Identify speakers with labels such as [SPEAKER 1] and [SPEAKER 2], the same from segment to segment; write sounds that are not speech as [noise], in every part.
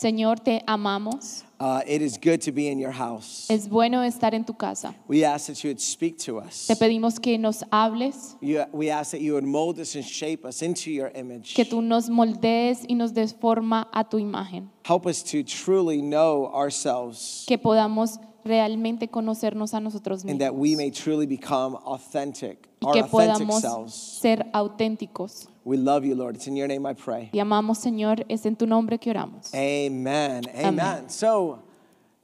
[SPEAKER 1] Señor, te amamos.
[SPEAKER 2] Uh, it is good to be in your house.
[SPEAKER 1] Es bueno estar en tu casa.
[SPEAKER 2] We ask that you would speak to us.
[SPEAKER 1] Te pedimos que nos hables,
[SPEAKER 2] You- we ask that you would mold us and shape us into your image.
[SPEAKER 1] que tú nos moldees y nos des forma a tu imagen,
[SPEAKER 2] Help us to truly know ourselves
[SPEAKER 1] que podamos realmente conocernos a nosotros
[SPEAKER 2] and that we
[SPEAKER 1] mismos
[SPEAKER 2] may truly become authentic,
[SPEAKER 1] y
[SPEAKER 2] our
[SPEAKER 1] que
[SPEAKER 2] authentic
[SPEAKER 1] podamos
[SPEAKER 2] selves.
[SPEAKER 1] ser auténticos.
[SPEAKER 2] We love you, Lord. It's in your name I pray.
[SPEAKER 1] Te amamos, Señor, es en tu nombre que oramos.
[SPEAKER 2] Amen. Amen.
[SPEAKER 1] Amen.
[SPEAKER 2] So,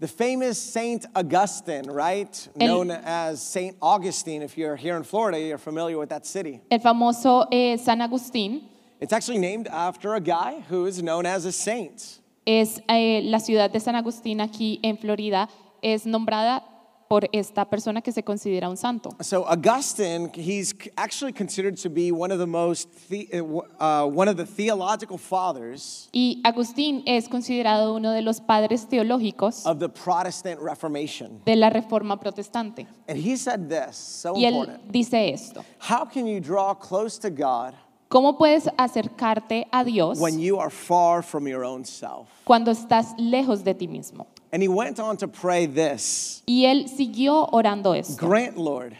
[SPEAKER 2] the famous Saint Augustine, right?
[SPEAKER 1] El-
[SPEAKER 2] Known as Saint Augustine. If you're here in Florida, you're familiar with that city.
[SPEAKER 1] El famoso eh, San Agustín
[SPEAKER 2] It's actually named after a guy who is known as a saint.
[SPEAKER 1] es eh, la ciudad de San Agustín aquí en Florida, es nombrada por esta persona que se considera un santo.
[SPEAKER 2] So Augustine, he's c- actually considered to be one of the most the, uh, w- uh, one of the theological fathers
[SPEAKER 1] Y Agustín es considerado uno de los padres teológicos
[SPEAKER 2] of the Protestant Reformation.
[SPEAKER 1] de la Reforma Protestante.
[SPEAKER 2] And he said this, so
[SPEAKER 1] Y él
[SPEAKER 2] important.
[SPEAKER 1] dice esto,
[SPEAKER 2] How can you draw close to God
[SPEAKER 1] ¿cómo puedes acercarte a Dios
[SPEAKER 2] when you are far from your own self?
[SPEAKER 1] cuando estás lejos de ti mismo?
[SPEAKER 2] And he went on to pray this
[SPEAKER 1] Y él siguió orando esto.
[SPEAKER 2] Grant, Lord,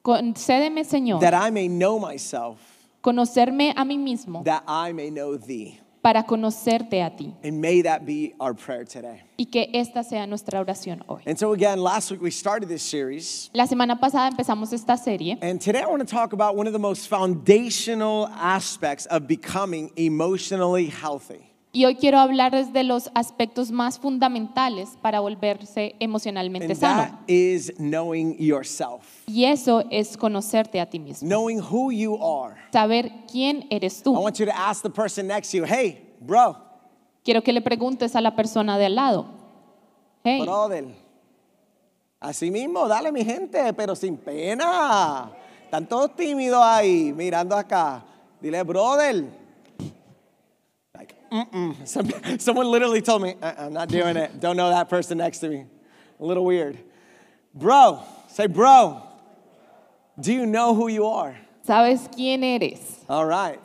[SPEAKER 1] Concédeme,
[SPEAKER 2] that
[SPEAKER 1] Señor,
[SPEAKER 2] I may know myself,
[SPEAKER 1] conocerme a mí mismo
[SPEAKER 2] that I may know thee.
[SPEAKER 1] para conocerte a ti.
[SPEAKER 2] And may that be our prayer today.
[SPEAKER 1] Y que esta sea nuestra oración hoy.
[SPEAKER 2] And so, again, last week we started this series.
[SPEAKER 1] La semana pasada empezamos esta serie
[SPEAKER 2] And today I want to talk about one of the most foundational aspects of becoming emotionally healthy.
[SPEAKER 1] y hoy quiero hablarles de los aspectos más fundamentales para volverse
[SPEAKER 2] And
[SPEAKER 1] emocionalmente sano.
[SPEAKER 2] that is knowing yourself,
[SPEAKER 1] Y eso es conocerte a ti mismo.
[SPEAKER 2] knowing who you are.
[SPEAKER 1] Saber quién eres
[SPEAKER 2] I
[SPEAKER 1] tú.
[SPEAKER 2] want you to ask the person next to you, hey, bro,
[SPEAKER 1] Quiero que le preguntes a la persona de al lado. Hey,
[SPEAKER 2] brother. Así mismo, dale mi gente, pero sin pena. Están todos tímidos ahí, mirando acá. Dile, brother. Like, mm-mm. Some- someone literally told me, "Uh-uh, I'm not doing it. Don't know that person next to me. A little weird. Bro, say, bro, do you know who you are?
[SPEAKER 1] ¿sabes quién eres?
[SPEAKER 2] All right.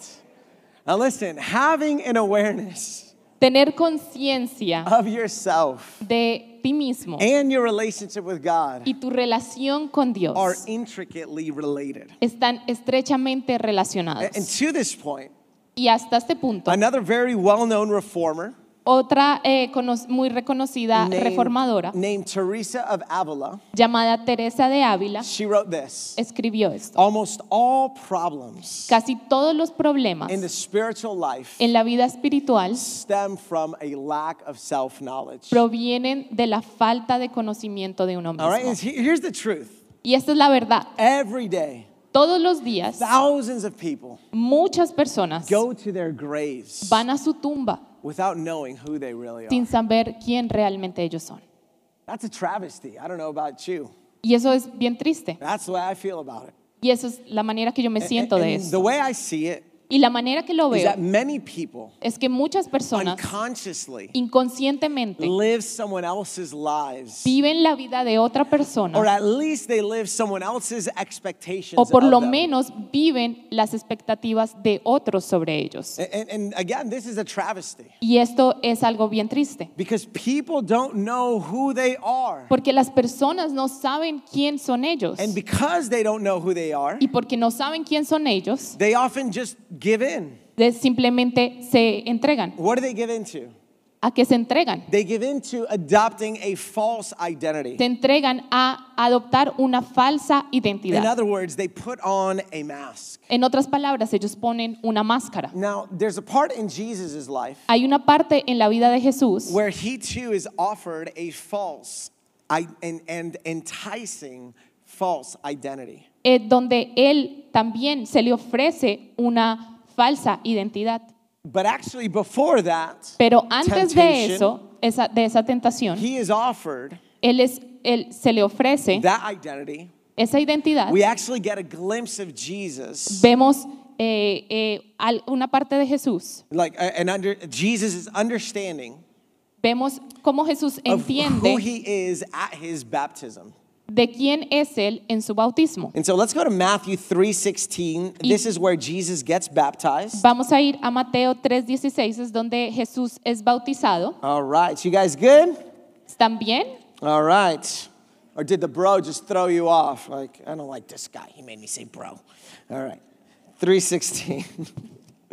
[SPEAKER 2] Now listen, having an awareness
[SPEAKER 1] Tener conciencia
[SPEAKER 2] of yourself
[SPEAKER 1] de ti mismo
[SPEAKER 2] and your relationship with God
[SPEAKER 1] y tu relación con Dios
[SPEAKER 2] are intricately related.
[SPEAKER 1] están estrechamente
[SPEAKER 2] A- And
[SPEAKER 1] relacionados.
[SPEAKER 2] to this point,
[SPEAKER 1] Y hasta este punto,
[SPEAKER 2] another very well known reformer
[SPEAKER 1] otra eh, cono- muy reconocida reformadora
[SPEAKER 2] named Teresa of Avila,
[SPEAKER 1] llamada Teresa de Ávila
[SPEAKER 2] she wrote this
[SPEAKER 1] escribió esto.
[SPEAKER 2] Almost all problems
[SPEAKER 1] Casi todos los problemas
[SPEAKER 2] in the spiritual life
[SPEAKER 1] en la vida espiritual
[SPEAKER 2] stem from a lack of self knowledge.
[SPEAKER 1] provienen de la falta de conocimiento de uno
[SPEAKER 2] All right, and
[SPEAKER 1] mismo.
[SPEAKER 2] he- here's the truth
[SPEAKER 1] Y esta es la verdad.
[SPEAKER 2] every day,
[SPEAKER 1] Todos los días,
[SPEAKER 2] thousands of people
[SPEAKER 1] muchas personas
[SPEAKER 2] go to their graves
[SPEAKER 1] van a su tumba
[SPEAKER 2] without knowing who they really
[SPEAKER 1] sin
[SPEAKER 2] are.
[SPEAKER 1] saber quién realmente ellos son.
[SPEAKER 2] That's a travesty. I don't know about you.
[SPEAKER 1] Y eso es bien triste.
[SPEAKER 2] That's the way I feel about it.
[SPEAKER 1] Y eso es la manera que yo me siento
[SPEAKER 2] And-
[SPEAKER 1] de
[SPEAKER 2] and
[SPEAKER 1] eso.
[SPEAKER 2] the way I see it,
[SPEAKER 1] Y la manera que lo
[SPEAKER 2] is
[SPEAKER 1] veo
[SPEAKER 2] that many people
[SPEAKER 1] es que muchas personas
[SPEAKER 2] unconsciously
[SPEAKER 1] inconscientemente
[SPEAKER 2] live someone else's lives,
[SPEAKER 1] viven la vida de otra
[SPEAKER 2] or
[SPEAKER 1] persona
[SPEAKER 2] at least they live someone else's expectations.
[SPEAKER 1] o por
[SPEAKER 2] of
[SPEAKER 1] lo
[SPEAKER 2] them.
[SPEAKER 1] menos viven las expectativas de otros sobre ellos.
[SPEAKER 2] A- And, and again, this is a travesty
[SPEAKER 1] Y esto es algo bien triste.
[SPEAKER 2] because people don't know who they are,
[SPEAKER 1] Porque las personas no saben quién son ellos.
[SPEAKER 2] and because they don't know who they are,
[SPEAKER 1] Y porque no saben quién son ellos,
[SPEAKER 2] they often just give in.
[SPEAKER 1] de- simplemente se entregan.
[SPEAKER 2] What do they give into?
[SPEAKER 1] ¿A qué se entregan?
[SPEAKER 2] They give into adopting a false identity.
[SPEAKER 1] Se entregan a adoptar una falsa
[SPEAKER 2] In
[SPEAKER 1] identidad.
[SPEAKER 2] other words, they put on a mask.
[SPEAKER 1] En otras palabras, ellos ponen una máscara.
[SPEAKER 2] Now, there's a part in Jesus' life
[SPEAKER 1] Hay una parte en la vida de Jesús
[SPEAKER 2] where he too is offered a false i- and, and enticing false identity.
[SPEAKER 1] eh, donde él también se le ofrece una falsa identidad.
[SPEAKER 2] But actually, before that,
[SPEAKER 1] Pero antes
[SPEAKER 2] Temptation.
[SPEAKER 1] de eso, esa- de esa tentación,
[SPEAKER 2] he is offered
[SPEAKER 1] él, es, él se le ofrece
[SPEAKER 2] that identity.
[SPEAKER 1] esa identidad
[SPEAKER 2] We actually get a glimpse of Jesus
[SPEAKER 1] vemos eh, eh, al- una parte de Jesús.
[SPEAKER 2] Like, uh, and under Jesus' understanding
[SPEAKER 1] Vemos cómo Jesús
[SPEAKER 2] of who
[SPEAKER 1] entiende
[SPEAKER 2] he is at his baptism.
[SPEAKER 1] de quién es Él en su bautismo.
[SPEAKER 2] And so let's go to Matthew 3:16.
[SPEAKER 1] Y-
[SPEAKER 2] This is where Jesus gets baptized.
[SPEAKER 1] Vamos a ir a Mateo 3:16, es donde Jesús es bautizado.
[SPEAKER 2] All right. You guys good?
[SPEAKER 1] ¿Están bien?
[SPEAKER 2] All right. Or did the bro just throw you off? Like, I don't like this guy. He made me say bro. All right. 316. [laughs]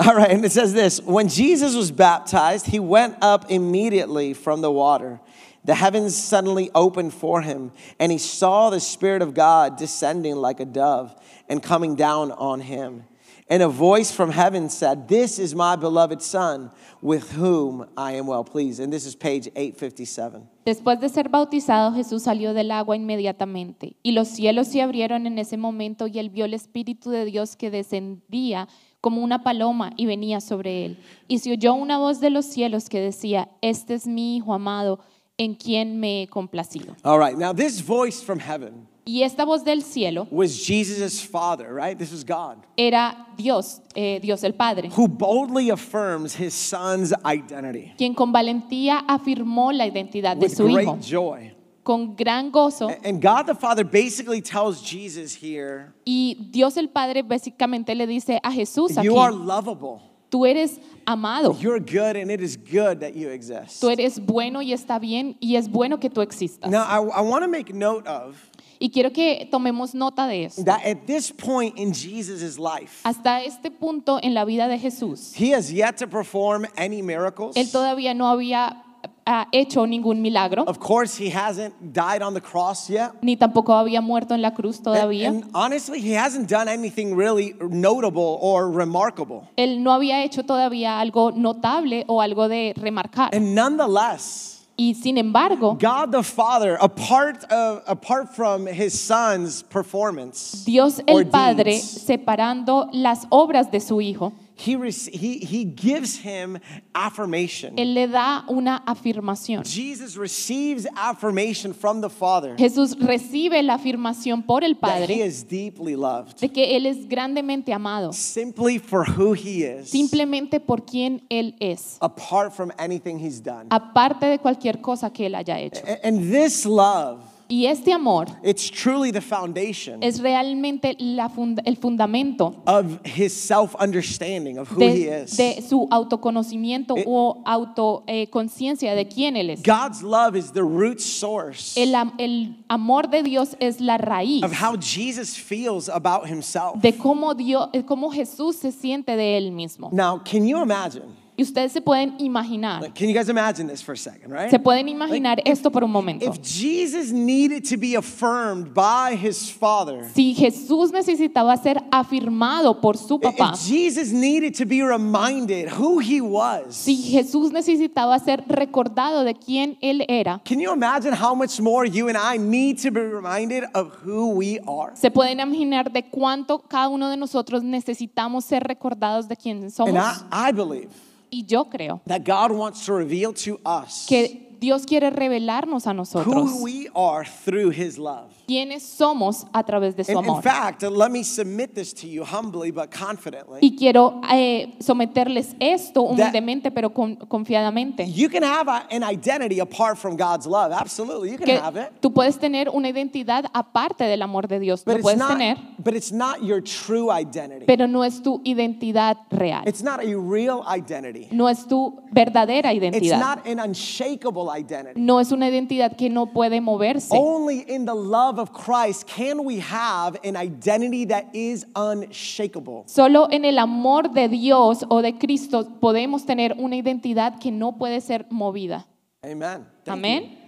[SPEAKER 2] All right, and it says this When Jesus was baptized, he went up immediately from the water. The heavens suddenly opened for him, and he saw the Spirit of God descending like a dove and coming down on him. And a voice from heaven said, This is my beloved Son, with whom I am well pleased. And this is page 857.
[SPEAKER 1] Después de ser bautizado, Jesús salió del agua inmediatamente, y los cielos se abrieron en ese momento, y él vio el Espíritu de Dios que descendía como una paloma y venía sobre él. Y se oyó una voz de los cielos que decía, Este es mi Hijo amado, en quien me he complacido.
[SPEAKER 2] All right, now this voice from heaven
[SPEAKER 1] Y esta voz del cielo
[SPEAKER 2] was Jesus' Father, right? This was God,
[SPEAKER 1] era Dios, eh, Dios el Padre,
[SPEAKER 2] who boldly affirms his Son's identity
[SPEAKER 1] quien con valentía afirmó la identidad de
[SPEAKER 2] with
[SPEAKER 1] su Hijo,
[SPEAKER 2] great joy. Eh.
[SPEAKER 1] con gran gozo.
[SPEAKER 2] And God the Father basically tells Jesus here,
[SPEAKER 1] Y Dios el Padre básicamente le dice a Jesús aquí,
[SPEAKER 2] You are lovable.
[SPEAKER 1] Tú eres amado,
[SPEAKER 2] You're good, and it is good that you exist.
[SPEAKER 1] tú eres bueno y está bien y es bueno que tú existas.
[SPEAKER 2] Now, I, I want to make note of
[SPEAKER 1] Y quiero que tomemos nota de eso.
[SPEAKER 2] that at this point in Jesus' life,
[SPEAKER 1] Hasta este punto en la vida de Jesús,
[SPEAKER 2] he has yet to perform any miracles.
[SPEAKER 1] él todavía no había ah, hecho ningún milagro,
[SPEAKER 2] Of course, he hasn't died on the cross yet.
[SPEAKER 1] ni tampoco había muerto en la cruz
[SPEAKER 2] And,
[SPEAKER 1] todavía.
[SPEAKER 2] and honestly, he hasn't done anything really notable or remarkable.
[SPEAKER 1] Él no había hecho todavía algo notable o algo de remarcar.
[SPEAKER 2] And nonetheless,
[SPEAKER 1] Y sin embargo,
[SPEAKER 2] God the Father, apart, of, apart from his son's performance,
[SPEAKER 1] Dios
[SPEAKER 2] or
[SPEAKER 1] el Padre,
[SPEAKER 2] deeds,
[SPEAKER 1] separando las obras de su Hijo,
[SPEAKER 2] He, rec- he, he gives him affirmation.
[SPEAKER 1] Él le da una afirmación.
[SPEAKER 2] Jesus receives affirmation from the Father
[SPEAKER 1] Jesús recibe la afirmación por el
[SPEAKER 2] that he
[SPEAKER 1] Padre
[SPEAKER 2] is deeply loved
[SPEAKER 1] de que Él es grandemente amado,
[SPEAKER 2] simply for who he is,
[SPEAKER 1] simplemente por quien Él es,
[SPEAKER 2] apart from anything he's done.
[SPEAKER 1] aparte de cualquier cosa que Él haya hecho.
[SPEAKER 2] A- And this love,
[SPEAKER 1] Y este amor
[SPEAKER 2] it's truly the foundation
[SPEAKER 1] es realmente la funda- el fundamento
[SPEAKER 2] of his self understanding of who he
[SPEAKER 1] de,
[SPEAKER 2] is.
[SPEAKER 1] de su autoconocimiento
[SPEAKER 2] Eh,
[SPEAKER 1] o autoconciencia de quién Él es.
[SPEAKER 2] God's love is the root source
[SPEAKER 1] El, am- el amor de Dios es la raíz
[SPEAKER 2] of how Jesus feels about himself.
[SPEAKER 1] de cómo, Dios, eh, cómo Jesús se siente de Él mismo.
[SPEAKER 2] Now, can you imagine?
[SPEAKER 1] Y ustedes se pueden imaginar,
[SPEAKER 2] Like, can you guys imagine this for a second, right?
[SPEAKER 1] se pueden imaginar esto por un momento.
[SPEAKER 2] If Jesus needed to be affirmed by his father,
[SPEAKER 1] Si Jesús necesitaba ser afirmado por su papá,
[SPEAKER 2] if Jesus needed to be reminded who he was,
[SPEAKER 1] si Jesús necesitaba ser recordado de quién Él era,
[SPEAKER 2] can you imagine how much more you and I need to be reminded of who we are?
[SPEAKER 1] se pueden imaginar de cuánto cada uno de nosotros necesitamos ser recordados de quién
[SPEAKER 2] And
[SPEAKER 1] somos.
[SPEAKER 2] I, I believe
[SPEAKER 1] Y yo creo
[SPEAKER 2] that God wants to reveal to us
[SPEAKER 1] que Dios quiere revelarnos a nosotros
[SPEAKER 2] who we are through his love.
[SPEAKER 1] quiénes somos a través de su
[SPEAKER 2] And in
[SPEAKER 1] amor.
[SPEAKER 2] fact, let me submit this to you humbly but confidently.
[SPEAKER 1] Y quiero eh, someterles esto humildemente, pero con- confiadamente.
[SPEAKER 2] You can have a- an identity apart from God's love. Absolutely, you can
[SPEAKER 1] Que
[SPEAKER 2] have it.
[SPEAKER 1] tú puedes tener una identidad aparte del amor de Dios,
[SPEAKER 2] But
[SPEAKER 1] lo
[SPEAKER 2] it's
[SPEAKER 1] puedes
[SPEAKER 2] not.
[SPEAKER 1] tener.
[SPEAKER 2] But it's not your true identity.
[SPEAKER 1] pero no es tu identidad real,
[SPEAKER 2] It's not a real identity.
[SPEAKER 1] no es tu verdadera
[SPEAKER 2] It's
[SPEAKER 1] identidad,
[SPEAKER 2] not an unshakable identity.
[SPEAKER 1] no es una identidad que no puede moverse.
[SPEAKER 2] Only in the love of Christ can we have an identity that is unshakable.
[SPEAKER 1] Solo en el amor de Dios o de Cristo podemos tener una identidad que no puede ser movida.
[SPEAKER 2] Amen. Thank you.
[SPEAKER 1] Amén.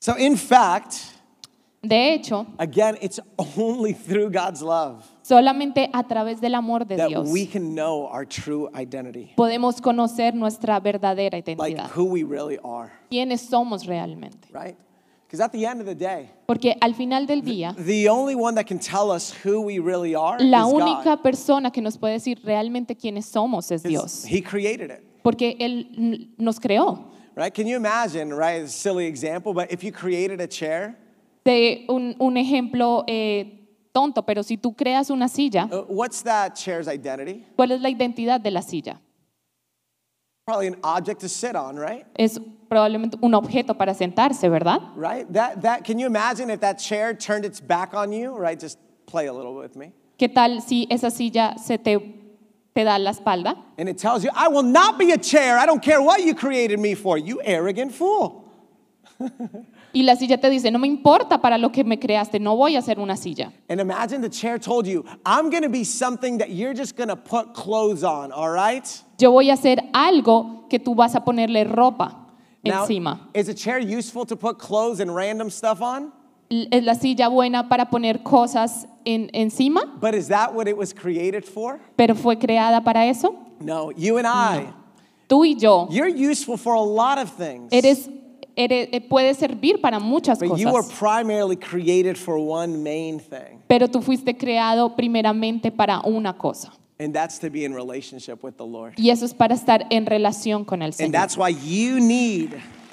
[SPEAKER 2] So, in fact,
[SPEAKER 1] De hecho,
[SPEAKER 2] again, it's only through God's love
[SPEAKER 1] solamente a través del amor de
[SPEAKER 2] that
[SPEAKER 1] Dios
[SPEAKER 2] we can know our true identity,
[SPEAKER 1] podemos conocer nuestra verdadera
[SPEAKER 2] like
[SPEAKER 1] identidad,
[SPEAKER 2] who we really are,
[SPEAKER 1] quiénes somos realmente.
[SPEAKER 2] right? Because at the end of the day,
[SPEAKER 1] Porque al final del día,
[SPEAKER 2] The only one that can tell us who we really are
[SPEAKER 1] la
[SPEAKER 2] is
[SPEAKER 1] única
[SPEAKER 2] God.
[SPEAKER 1] persona que nos puede decir realmente quiénes somos es
[SPEAKER 2] 'Cause
[SPEAKER 1] Dios,
[SPEAKER 2] He created it,
[SPEAKER 1] porque Él mm, nos creó.
[SPEAKER 2] right? Can you imagine, right? It's a silly example, but if you created a chair
[SPEAKER 1] de un, un ejemplo eh, tonto, pero si tú creas una silla,
[SPEAKER 2] Uh, what's that chair's identity?
[SPEAKER 1] ¿cuál es la identidad de la silla?
[SPEAKER 2] Probably an object to sit on, right?
[SPEAKER 1] Es probablemente un objeto para sentarse, ¿verdad?
[SPEAKER 2] Right? That, that, can you imagine if that chair turned its back on you, right? Just play a little with me.
[SPEAKER 1] ¿Qué tal si esa silla se te, te da la espalda?
[SPEAKER 2] And it tells you, I will not be a chair. I don't care what you created me for, you arrogant fool.
[SPEAKER 1] Y la silla te dice, no me importa para lo que me creaste, no voy a hacer una silla.
[SPEAKER 2] And imagine the chair told you, I'm going to be something that you're just going to put clothes on, all right?
[SPEAKER 1] Yo voy a hacer algo que tú vas a ponerle ropa
[SPEAKER 2] Now,
[SPEAKER 1] encima.
[SPEAKER 2] is a chair useful to put clothes and random stuff on?
[SPEAKER 1] L- ¿Es la silla buena para poner cosas en- encima?
[SPEAKER 2] But is that what it was created for?
[SPEAKER 1] ¿Pero fue creada para eso?
[SPEAKER 2] No, you and I,
[SPEAKER 1] Tú y yo,
[SPEAKER 2] you're useful for a lot of things.
[SPEAKER 1] eres, eres, eh, puedes servir para muchas
[SPEAKER 2] But you were
[SPEAKER 1] cosas.
[SPEAKER 2] primarily created for one main thing,
[SPEAKER 1] Pero tú fuiste creado primeramente para una cosa.
[SPEAKER 2] and that's to be in relationship with the Lord.
[SPEAKER 1] Y eso es para estar en relación con el
[SPEAKER 2] And
[SPEAKER 1] Señor.
[SPEAKER 2] that's why you need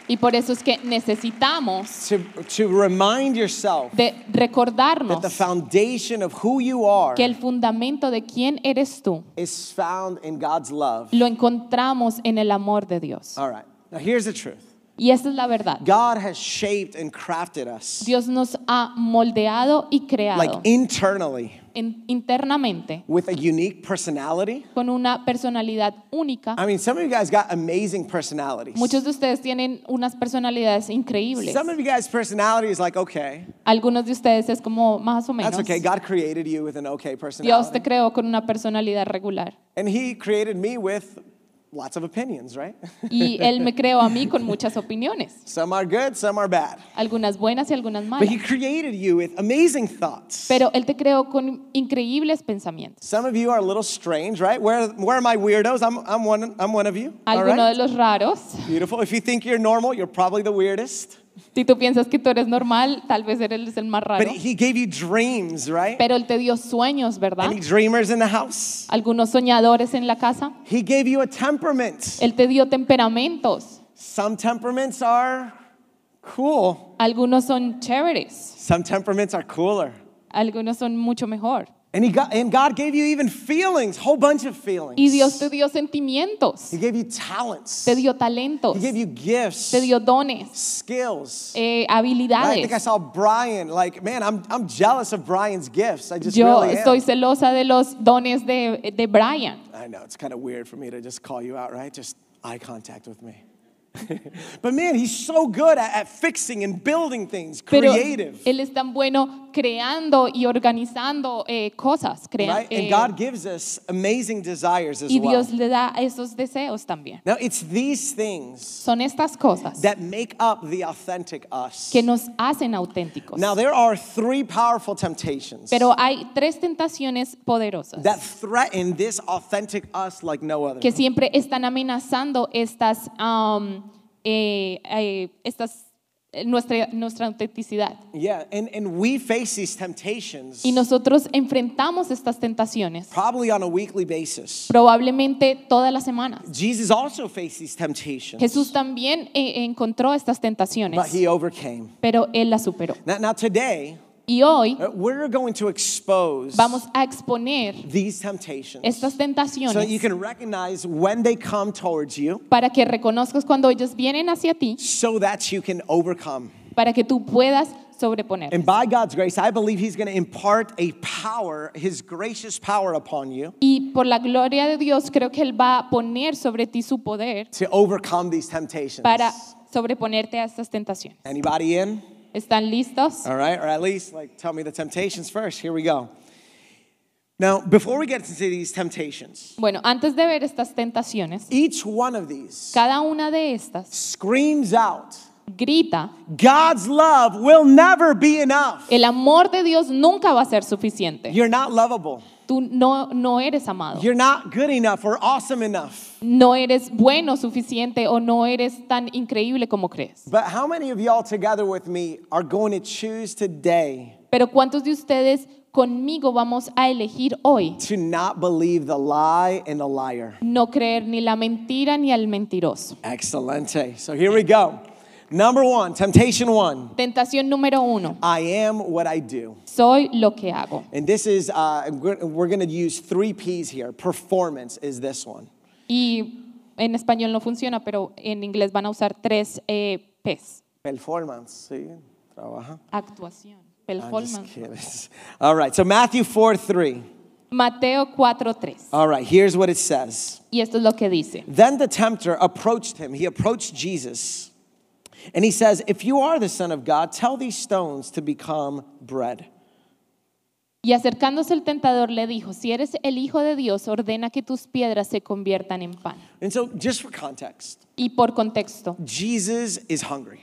[SPEAKER 1] Y por eso es que necesitamos
[SPEAKER 2] to, to remind yourself
[SPEAKER 1] de
[SPEAKER 2] that the
[SPEAKER 1] recordarnos
[SPEAKER 2] foundation of who you are
[SPEAKER 1] que el fundamento de quién eres tú
[SPEAKER 2] is found in God's love.
[SPEAKER 1] lo encontramos en el amor de Dios.
[SPEAKER 2] All right, now here's the truth
[SPEAKER 1] Y esa es la verdad.
[SPEAKER 2] God has shaped and crafted us,
[SPEAKER 1] Dios nos ha moldeado y
[SPEAKER 2] like
[SPEAKER 1] creado
[SPEAKER 2] internally,
[SPEAKER 1] en- internamente
[SPEAKER 2] with a unique personality.
[SPEAKER 1] con una personalidad única.
[SPEAKER 2] I mean, some of you guys got amazing personalities.
[SPEAKER 1] Muchos de ustedes tienen unas personalidades increíbles.
[SPEAKER 2] Some of you guys' personality is like, okay,
[SPEAKER 1] Algunos de ustedes es como más o
[SPEAKER 2] that's
[SPEAKER 1] menos.
[SPEAKER 2] okay. God created you with an okay
[SPEAKER 1] Dios te
[SPEAKER 2] personality.
[SPEAKER 1] creó con una personalidad regular.
[SPEAKER 2] And He created me with lots of opinions, right? [laughs]
[SPEAKER 1] Y Él me creó a mí con muchas opiniones,
[SPEAKER 2] some are good, some are bad.
[SPEAKER 1] algunas buenas y algunas
[SPEAKER 2] But He
[SPEAKER 1] malas.
[SPEAKER 2] created you with amazing thoughts.
[SPEAKER 1] Pero Él te creó con increíbles pensamientos.
[SPEAKER 2] Some of you are a little strange, right? Where, where are my weirdos? I'm, I'm, one, I'm one of you. All
[SPEAKER 1] Algunos de
[SPEAKER 2] right?
[SPEAKER 1] los raros,
[SPEAKER 2] Beautiful. If you think you're normal, you're probably the weirdest.
[SPEAKER 1] si tú piensas que tú eres normal, tal vez eres el más
[SPEAKER 2] But
[SPEAKER 1] raro.
[SPEAKER 2] He gave you dreams, right?
[SPEAKER 1] Pero Él te dio sueños, ¿verdad?
[SPEAKER 2] Any dreamers in the house?
[SPEAKER 1] Algunos soñadores en la casa.
[SPEAKER 2] He gave you a temperament.
[SPEAKER 1] Él te dio temperamentos.
[SPEAKER 2] Some temperaments are cool.
[SPEAKER 1] Algunos son chéveres.
[SPEAKER 2] Some temperaments are cooler.
[SPEAKER 1] Algunos son mucho mejor.
[SPEAKER 2] And, he got, and God gave you even feelings, whole bunch of feelings.
[SPEAKER 1] Y Dios te dio sentimientos.
[SPEAKER 2] He gave you talents.
[SPEAKER 1] Te dio talentos.
[SPEAKER 2] He gave you gifts,
[SPEAKER 1] Te dio dones,
[SPEAKER 2] skills. I
[SPEAKER 1] eh,
[SPEAKER 2] think I
[SPEAKER 1] habilidades.
[SPEAKER 2] saw Brian. Like, man, I'm, I'm jealous of Brian's gifts. I just
[SPEAKER 1] Yo
[SPEAKER 2] really am.
[SPEAKER 1] estoy celosa de los dones de, de Brian.
[SPEAKER 2] I know it's kind of weird for me to just call you out, right? Just eye contact with me. [laughs] but man, he's so good at, at fixing and building things,
[SPEAKER 1] Pero
[SPEAKER 2] creative.
[SPEAKER 1] él es tan bueno creando y organizando eh, cosas. crea-
[SPEAKER 2] right?
[SPEAKER 1] eh,
[SPEAKER 2] and God gives us amazing desires as
[SPEAKER 1] y
[SPEAKER 2] well.
[SPEAKER 1] Dios le da esos deseos también.
[SPEAKER 2] Now, it's these things
[SPEAKER 1] Son estas cosas
[SPEAKER 2] that make up the authentic us.
[SPEAKER 1] que nos hacen auténticos.
[SPEAKER 2] Now, there are three powerful temptations
[SPEAKER 1] Pero hay tres tentaciones poderosas
[SPEAKER 2] that threaten this authentic us like no other.
[SPEAKER 1] que siempre están amenazando estas, um, eh, eh, estas eh, nuestra, nuestra autenticidad.
[SPEAKER 2] Yeah, and, and we face these temptations
[SPEAKER 1] Y nosotros enfrentamos estas tentaciones
[SPEAKER 2] probably on a weekly basis.
[SPEAKER 1] probablemente todas las semanas.
[SPEAKER 2] Jesus also faced these temptations,
[SPEAKER 1] Jesús también eh, encontró estas
[SPEAKER 2] but
[SPEAKER 1] tentaciones,
[SPEAKER 2] he overcame.
[SPEAKER 1] pero él las superó.
[SPEAKER 2] Now, now today,
[SPEAKER 1] Y hoy
[SPEAKER 2] uh, we're going to expose
[SPEAKER 1] vamos a exponer
[SPEAKER 2] these temptations
[SPEAKER 1] estas
[SPEAKER 2] so that you
[SPEAKER 1] tentaciones
[SPEAKER 2] can recognize when they come towards you
[SPEAKER 1] para que reconozcas cuando ellas vienen hacia ti,
[SPEAKER 2] so that you can overcome.
[SPEAKER 1] para que tú puedas sobreponer.
[SPEAKER 2] And by God's grace, I believe He's going to impart a power, His gracious power upon you
[SPEAKER 1] Y por la gloria de Dios, creo que Él va a poner sobre ti su poder
[SPEAKER 2] to overcome these temptations.
[SPEAKER 1] para sobreponerte a estas tentaciones.
[SPEAKER 2] Anybody in?
[SPEAKER 1] ¿Están listos?
[SPEAKER 2] All right, or at least like tell me the temptations first. Here we go. Now, before we get into these temptations,
[SPEAKER 1] Bueno, antes de ver estas tentaciones,
[SPEAKER 2] each one of these
[SPEAKER 1] cada una de estas
[SPEAKER 2] screams out,
[SPEAKER 1] grita,
[SPEAKER 2] God's love will never be enough.
[SPEAKER 1] el amor de Dios nunca va a ser suficiente.
[SPEAKER 2] You're not lovable.
[SPEAKER 1] Tú no, no eres amado,
[SPEAKER 2] You're not good enough or awesome enough.
[SPEAKER 1] no eres bueno suficiente o no eres tan increíble como crees.
[SPEAKER 2] But how many of y'all together with me are going to choose today
[SPEAKER 1] Pero ¿cuántos de ustedes conmigo vamos a elegir hoy?
[SPEAKER 2] to not believe the lie and the liar.
[SPEAKER 1] No creer ni la mentira ni al mentiroso.
[SPEAKER 2] Excelente. So here we go. Number one, temptation one
[SPEAKER 1] Tentación número uno.
[SPEAKER 2] I am what I do.
[SPEAKER 1] Soy lo que hago.
[SPEAKER 2] And this is, uh, we're, we're going to use three P's here. Performance is this one.
[SPEAKER 1] Y en español no funciona, pero en inglés van a usar tres eh, P's.
[SPEAKER 2] Performance, sí, trabaja.
[SPEAKER 1] Actuación,
[SPEAKER 2] I'm just
[SPEAKER 1] performance.
[SPEAKER 2] kidding. [laughs] All right, so Matthew 4 3.
[SPEAKER 1] Mateo 4.3.
[SPEAKER 2] All right, here's what it says.
[SPEAKER 1] Y esto es lo que dice.
[SPEAKER 2] Then the tempter approached him. He approached Jesus. And he says, If you are the Son of God, tell these stones to become bread.
[SPEAKER 1] Y acercándose el tentador le dijo, si eres el Hijo de Dios, ordena que tus piedras se conviertan en pan.
[SPEAKER 2] And so, just for context,
[SPEAKER 1] Y por contexto,
[SPEAKER 2] Jesus is hungry.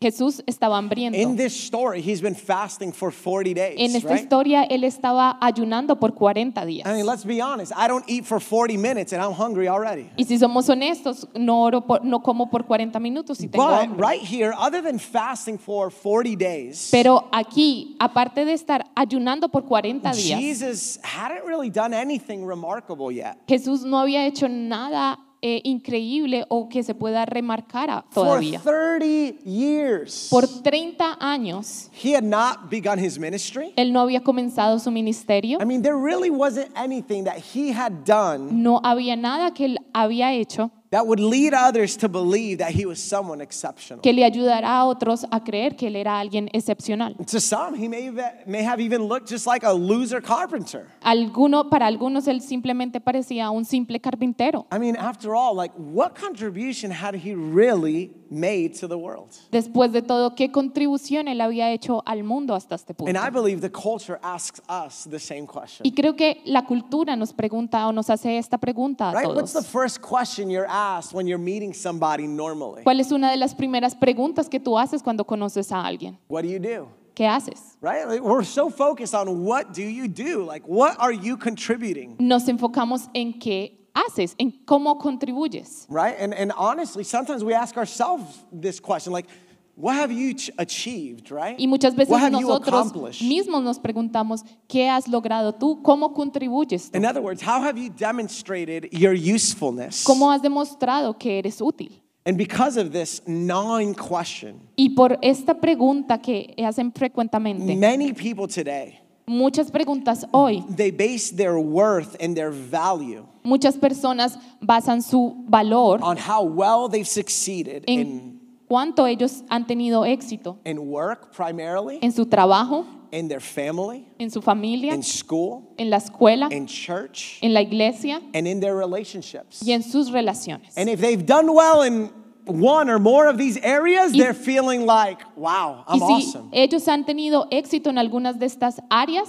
[SPEAKER 1] Jesús estaba
[SPEAKER 2] In
[SPEAKER 1] hambriento.
[SPEAKER 2] this story, he's been fasting for 40
[SPEAKER 1] En
[SPEAKER 2] days.
[SPEAKER 1] esta
[SPEAKER 2] Right? Ah,
[SPEAKER 1] historia él estaba ayunando por 40
[SPEAKER 2] I mean,
[SPEAKER 1] días.
[SPEAKER 2] let's be honest. I don't eat for 40 minutes and I'm hungry already.
[SPEAKER 1] Y si somos honestos, no, oro por- no como por 40 minutos y tengo
[SPEAKER 2] But
[SPEAKER 1] hambre.
[SPEAKER 2] right here, other than fasting for 40 days,
[SPEAKER 1] Pero aquí, aparte de estar ayunando por 40 días,
[SPEAKER 2] Jesus hadn't really done anything remarkable yet.
[SPEAKER 1] Jesús no había hecho nada eh, increíble o que se pueda remarcar a-
[SPEAKER 2] For
[SPEAKER 1] todavía.
[SPEAKER 2] 30 years.
[SPEAKER 1] Por 30 años,
[SPEAKER 2] He had not begun his ministry.
[SPEAKER 1] él no había comenzado su ministerio.
[SPEAKER 2] I mean, there really wasn't anything that he had done
[SPEAKER 1] No había nada que él había hecho
[SPEAKER 2] that would lead others to believe that he was someone exceptional.
[SPEAKER 1] que le ayudara a otros a creer que él era alguien excepcional.
[SPEAKER 2] To some, he may, have- may have even looked just like a loser carpenter.
[SPEAKER 1] Alguno, para algunos él simplemente parecía un simple carpintero.
[SPEAKER 2] I mean, after all, like, what contribution had he really made to the world?
[SPEAKER 1] Después de todo, ¿qué contribución él había hecho al mundo hasta este
[SPEAKER 2] And
[SPEAKER 1] punto?
[SPEAKER 2] I believe the culture asks us the same question.
[SPEAKER 1] Y creo que la cultura nos pregunta o nos hace esta pregunta a
[SPEAKER 2] Right? What's the
[SPEAKER 1] todos.
[SPEAKER 2] first question you're asked when you're meeting somebody normally?
[SPEAKER 1] ¿Cuál es una de las primeras preguntas que tú haces cuando conoces a alguien?
[SPEAKER 2] What do you do?
[SPEAKER 1] ¿Qué haces?
[SPEAKER 2] Right? Like, we're so focused on what do you do? Like, what are you contributing?
[SPEAKER 1] Nos enfocamos en qué haces, en cómo contribuyes.
[SPEAKER 2] Right? And, and honestly, sometimes we ask ourselves this question like, what have you ch- achieved, right?
[SPEAKER 1] Y muchas veces
[SPEAKER 2] what have you
[SPEAKER 1] nosotros
[SPEAKER 2] accomplished?
[SPEAKER 1] mismos nos preguntamos, ¿qué has logrado tú? ¿Cómo contribuyes tú?
[SPEAKER 2] In other words, how have you demonstrated your usefulness?
[SPEAKER 1] ¿Cómo has demostrado que eres útil?
[SPEAKER 2] And because of this gnawing question,
[SPEAKER 1] Y por esta pregunta que hacen frecuentemente,
[SPEAKER 2] many people today,
[SPEAKER 1] muchas preguntas hoy,
[SPEAKER 2] they base their worth and their value
[SPEAKER 1] muchas personas basan su valor
[SPEAKER 2] on how well they've succeeded in,
[SPEAKER 1] Ah, en cuánto ellos han tenido éxito
[SPEAKER 2] in work primarily,
[SPEAKER 1] en su trabajo,
[SPEAKER 2] in their family,
[SPEAKER 1] en su familia,
[SPEAKER 2] in school,
[SPEAKER 1] en la escuela,
[SPEAKER 2] in church,
[SPEAKER 1] en la iglesia
[SPEAKER 2] and in their relationships.
[SPEAKER 1] y en sus relaciones.
[SPEAKER 2] And if they've done well in one or more of these areas,
[SPEAKER 1] Y-
[SPEAKER 2] they're feeling like, wow, I'm
[SPEAKER 1] Y si
[SPEAKER 2] awesome.
[SPEAKER 1] ellos han tenido éxito en algunas de estas áreas,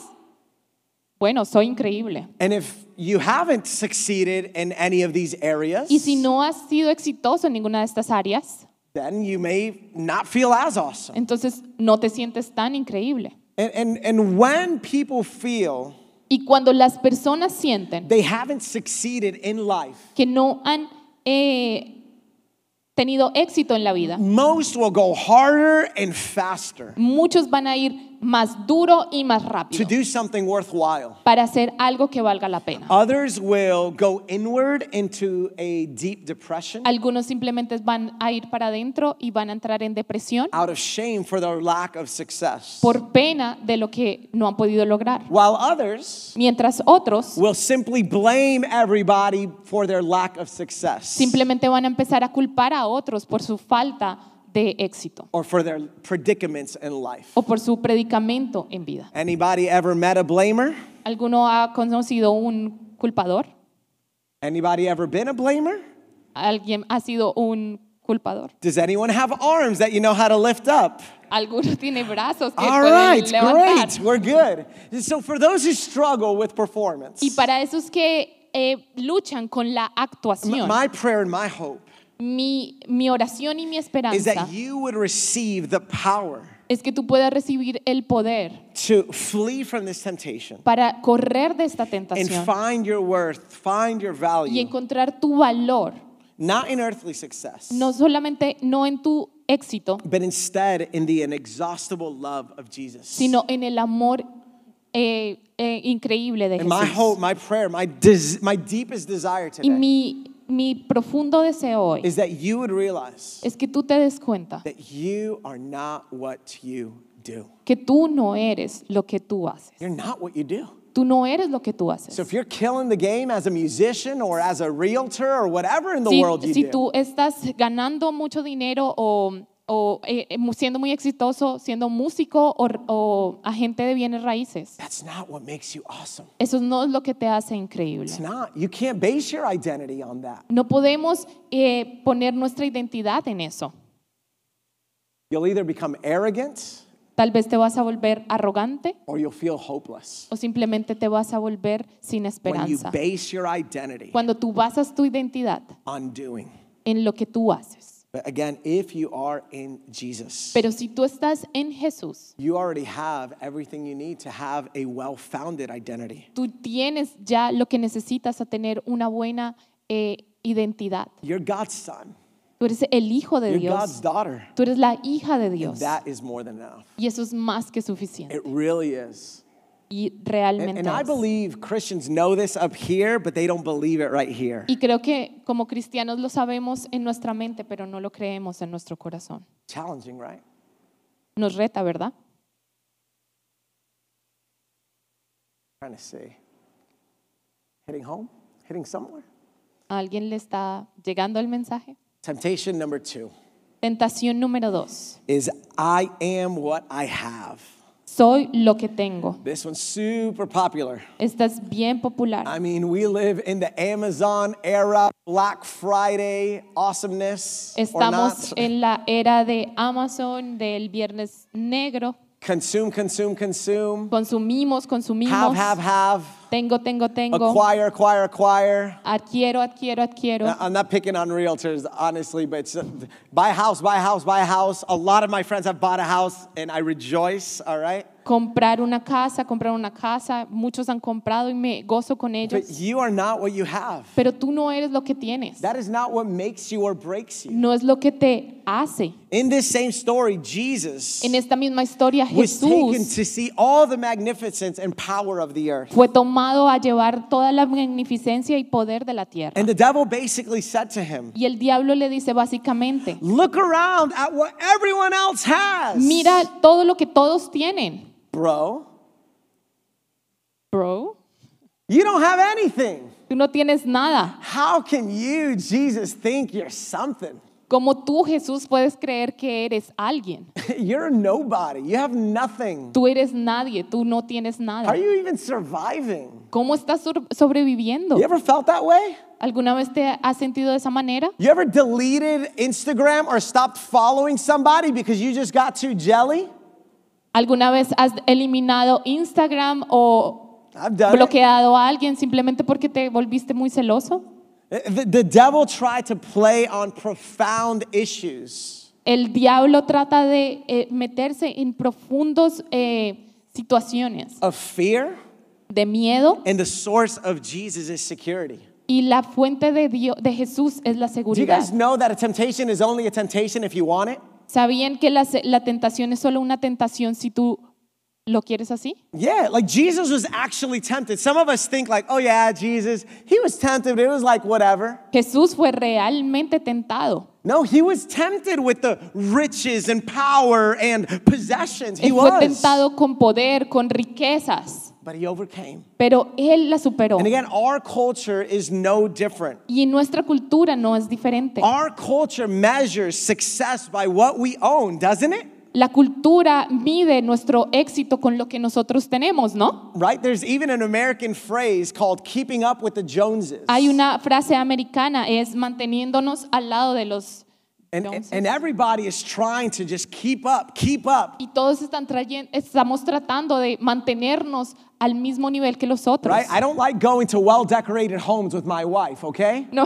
[SPEAKER 1] bueno, soy increíble.
[SPEAKER 2] And if you haven't succeeded in any of these areas,
[SPEAKER 1] Y si no has sido exitoso en ninguna de estas áreas,
[SPEAKER 2] then you may not feel as awesome.
[SPEAKER 1] entonces no te sientes tan increíble.
[SPEAKER 2] And, and, and when people feel
[SPEAKER 1] Y cuando las personas sienten
[SPEAKER 2] they haven't succeeded in life,
[SPEAKER 1] que no han eh, tenido éxito en la vida,
[SPEAKER 2] most will go harder and faster
[SPEAKER 1] muchos van a ir más duro y más
[SPEAKER 2] to
[SPEAKER 1] rápido
[SPEAKER 2] do something worthwhile.
[SPEAKER 1] para hacer algo que valga la pena.
[SPEAKER 2] Others will go inward into a deep depression
[SPEAKER 1] Algunos simplemente van a ir para adentro y van a entrar en depresión
[SPEAKER 2] out of shame for their lack of success.
[SPEAKER 1] por pena de lo que no han podido lograr.
[SPEAKER 2] while others
[SPEAKER 1] Mientras otros
[SPEAKER 2] will simply blame everybody for their lack of success
[SPEAKER 1] simplemente van a empezar a culpar a otros por su falta de éxito
[SPEAKER 2] or for their predicaments in life.
[SPEAKER 1] o por su predicamento en vida.
[SPEAKER 2] Anybody ever met a blamer?
[SPEAKER 1] ¿Alguno ha conocido un culpador?
[SPEAKER 2] Anybody ever been a blamer?
[SPEAKER 1] ¿Alguien ha sido un culpador?
[SPEAKER 2] Does anyone have arms that you know how to lift up?
[SPEAKER 1] Algunos [laughs] tiene brazos que
[SPEAKER 2] All
[SPEAKER 1] pueden
[SPEAKER 2] right,
[SPEAKER 1] levantar.
[SPEAKER 2] great. We're good. So for those who struggle with performance,
[SPEAKER 1] Y para esos que eh, luchan con la
[SPEAKER 2] m-
[SPEAKER 1] actuación,
[SPEAKER 2] my prayer and my hope
[SPEAKER 1] mi, mi oración y mi
[SPEAKER 2] is
[SPEAKER 1] esperanza
[SPEAKER 2] that you would receive the power
[SPEAKER 1] es que tú puedas recibir el poder
[SPEAKER 2] to flee from this temptation
[SPEAKER 1] para correr de esta
[SPEAKER 2] and
[SPEAKER 1] tentación
[SPEAKER 2] find your worth, find your
[SPEAKER 1] y
[SPEAKER 2] value,
[SPEAKER 1] encontrar tu valor,
[SPEAKER 2] not in earthly success.
[SPEAKER 1] no solamente no en tu éxito,
[SPEAKER 2] but instead in the inexhaustible love of Jesus.
[SPEAKER 1] sino en el amor eh, eh, increíble de
[SPEAKER 2] and my
[SPEAKER 1] Jesús.
[SPEAKER 2] hope, my prayer, my, des- my deepest desire
[SPEAKER 1] Y
[SPEAKER 2] today
[SPEAKER 1] mi mi profundo deseo hoy
[SPEAKER 2] is that you would realize
[SPEAKER 1] es que tú te des cuenta
[SPEAKER 2] that you are not what you do.
[SPEAKER 1] que tú no eres lo que tú haces.
[SPEAKER 2] You're not what you do.
[SPEAKER 1] Tú no eres lo que tú haces.
[SPEAKER 2] So if you're killing the game as a musician or as a realtor or whatever in the
[SPEAKER 1] si,
[SPEAKER 2] world you
[SPEAKER 1] si
[SPEAKER 2] do,
[SPEAKER 1] tú estás ganando mucho dinero o, o, eh, eh, mu- siendo muy exitoso, siendo músico o, o agente de bienes raíces,
[SPEAKER 2] that's not what makes you awesome.
[SPEAKER 1] eso no es lo que te hace increíble.
[SPEAKER 2] It's not. You can't base your identity on that.
[SPEAKER 1] No podemos eh, poner nuestra identidad en eso.
[SPEAKER 2] You'll either become arrogant
[SPEAKER 1] Tal vez te vas a volver arrogante
[SPEAKER 2] or you'll feel hopeless.
[SPEAKER 1] o simplemente te vas a volver
[SPEAKER 2] When
[SPEAKER 1] sin
[SPEAKER 2] you
[SPEAKER 1] esperanza.
[SPEAKER 2] base your identity
[SPEAKER 1] Cuando tú basas tu identidad
[SPEAKER 2] on doing.
[SPEAKER 1] en lo que tú haces.
[SPEAKER 2] But again, if you are in Jesus,
[SPEAKER 1] Pero si tú estás en Jesús,
[SPEAKER 2] you already have everything you need to have a well founded identity.
[SPEAKER 1] tú tienes ya lo que necesitas a tener una buena eh, identidad.
[SPEAKER 2] You're God's son,
[SPEAKER 1] Tú eres el hijo de
[SPEAKER 2] you're God's
[SPEAKER 1] Dios.
[SPEAKER 2] daughter.
[SPEAKER 1] Tú eres la hija de
[SPEAKER 2] And
[SPEAKER 1] Dios.
[SPEAKER 2] that is more than enough.
[SPEAKER 1] Y eso es más que suficiente.
[SPEAKER 2] It really is.
[SPEAKER 1] Y
[SPEAKER 2] And,
[SPEAKER 1] realmente.
[SPEAKER 2] and I
[SPEAKER 1] es.
[SPEAKER 2] believe Christians know this up here, but they don't believe it right here.
[SPEAKER 1] Y creo que como cristianos lo sabemos en nuestra mente, pero no lo creemos en nuestro corazón.
[SPEAKER 2] Challenging, right?
[SPEAKER 1] Nos reta, ¿verdad?
[SPEAKER 2] Trying to see. Hitting home? Hitting somewhere?
[SPEAKER 1] ¿A alguien le está llegando el mensaje?
[SPEAKER 2] Temptation number two
[SPEAKER 1] Tentación número dos.
[SPEAKER 2] is I am what I have.
[SPEAKER 1] Soy lo que tengo.
[SPEAKER 2] This one's super popular.
[SPEAKER 1] Esta es bien popular.
[SPEAKER 2] I mean, we live in the Amazon era, Black Friday awesomeness. or
[SPEAKER 1] Estamos
[SPEAKER 2] not.
[SPEAKER 1] en la era de Amazon, del viernes negro.
[SPEAKER 2] Consume, consume, consume.
[SPEAKER 1] Consumimos,
[SPEAKER 2] Have,
[SPEAKER 1] consumimos.
[SPEAKER 2] have, have.
[SPEAKER 1] Tengo, tengo, tengo.
[SPEAKER 2] Acquire, acquire, acquire. Uh-uh.
[SPEAKER 1] Adquiero, adquiero, adquiero.
[SPEAKER 2] I- I'm not picking on realtors, honestly, but it's, uh, buy a house, buy a house, buy a house. A lot of my friends have bought a house, and I rejoice. All right,
[SPEAKER 1] Comprar una casa, comprar una casa. Muchos han comprado y me gozo con
[SPEAKER 2] but
[SPEAKER 1] ellos.
[SPEAKER 2] you are not what you have.
[SPEAKER 1] Pero tú no eres lo que tienes.
[SPEAKER 2] That is not what makes you or breaks you.
[SPEAKER 1] No es lo que te hace.
[SPEAKER 2] In this same story, Jesus
[SPEAKER 1] En esta misma historia
[SPEAKER 2] was taken
[SPEAKER 1] Jesús
[SPEAKER 2] to see all the magnificence and power of the earth.
[SPEAKER 1] fue tomado a llevar toda la magnificencia y poder de la tierra.
[SPEAKER 2] And the devil basically said to him,
[SPEAKER 1] Y el diablo le dice básicamente,
[SPEAKER 2] Look around at what everyone else has.
[SPEAKER 1] mira todo lo que todos tienen,
[SPEAKER 2] Bro,
[SPEAKER 1] bro.
[SPEAKER 2] you don't have anything.
[SPEAKER 1] Tú no tienes nada.
[SPEAKER 2] How can you, Jesus, think you're something? [laughs]
[SPEAKER 1] Como tú, Jesús, puedes creer que eres alguien.
[SPEAKER 2] You're a nobody. You have nothing.
[SPEAKER 1] Tú eres nadie, tú no tienes nada.
[SPEAKER 2] Are you even surviving?
[SPEAKER 1] ¿Cómo estás sor- sobreviviendo?
[SPEAKER 2] You ever felt that way?
[SPEAKER 1] ¿Alguna vez te has sentido de esa manera?
[SPEAKER 2] You ever deleted Instagram or stopped following somebody because you just got too jelly?
[SPEAKER 1] ¿Alguna vez has eliminado Instagram o
[SPEAKER 2] I've done it.
[SPEAKER 1] bloqueado a alguien simplemente porque te volviste muy celoso?
[SPEAKER 2] The, the devil tried to play on profound issues.
[SPEAKER 1] El diablo trata de eh, meterse en profundos eh, situaciones
[SPEAKER 2] Of fear,
[SPEAKER 1] de miedo
[SPEAKER 2] and the source of Jesus is security.
[SPEAKER 1] y la fuente de, Dios, de Jesús es la
[SPEAKER 2] Do you guys
[SPEAKER 1] seguridad.
[SPEAKER 2] know that a temptation is only a temptation if you want it?
[SPEAKER 1] ¿Sabían que la, se- la tentación es solo una tentación si tú lo quieres así?
[SPEAKER 2] Yeah, like Jesus was actually tempted. Some of us think like, oh yeah, Jesus, he was tempted, but it was like whatever.
[SPEAKER 1] Jesús fue realmente tentado.
[SPEAKER 2] No, he was tempted with the riches and power and possessions. He
[SPEAKER 1] Él fue
[SPEAKER 2] was.
[SPEAKER 1] tentado con poder, con riquezas,
[SPEAKER 2] But he overcame.
[SPEAKER 1] pero él la superó.
[SPEAKER 2] And again, our culture is no different.
[SPEAKER 1] Y nuestra cultura no es diferente.
[SPEAKER 2] Our culture measures success by what we own, doesn't it?
[SPEAKER 1] La cultura mide nuestro éxito con lo que nosotros tenemos, ¿no?
[SPEAKER 2] Right? There's even an American phrase called keeping up with the Joneses.
[SPEAKER 1] Hay una frase americana, es manteniéndonos al lado de los...
[SPEAKER 2] and,
[SPEAKER 1] Joneses.
[SPEAKER 2] and everybody is trying to just keep up, keep up.
[SPEAKER 1] Y todos están trayen- estamos tratando de mantenernos al mismo nivel que los otros.
[SPEAKER 2] Right? I don't like going to well decorated homes with my wife, okay?
[SPEAKER 1] No.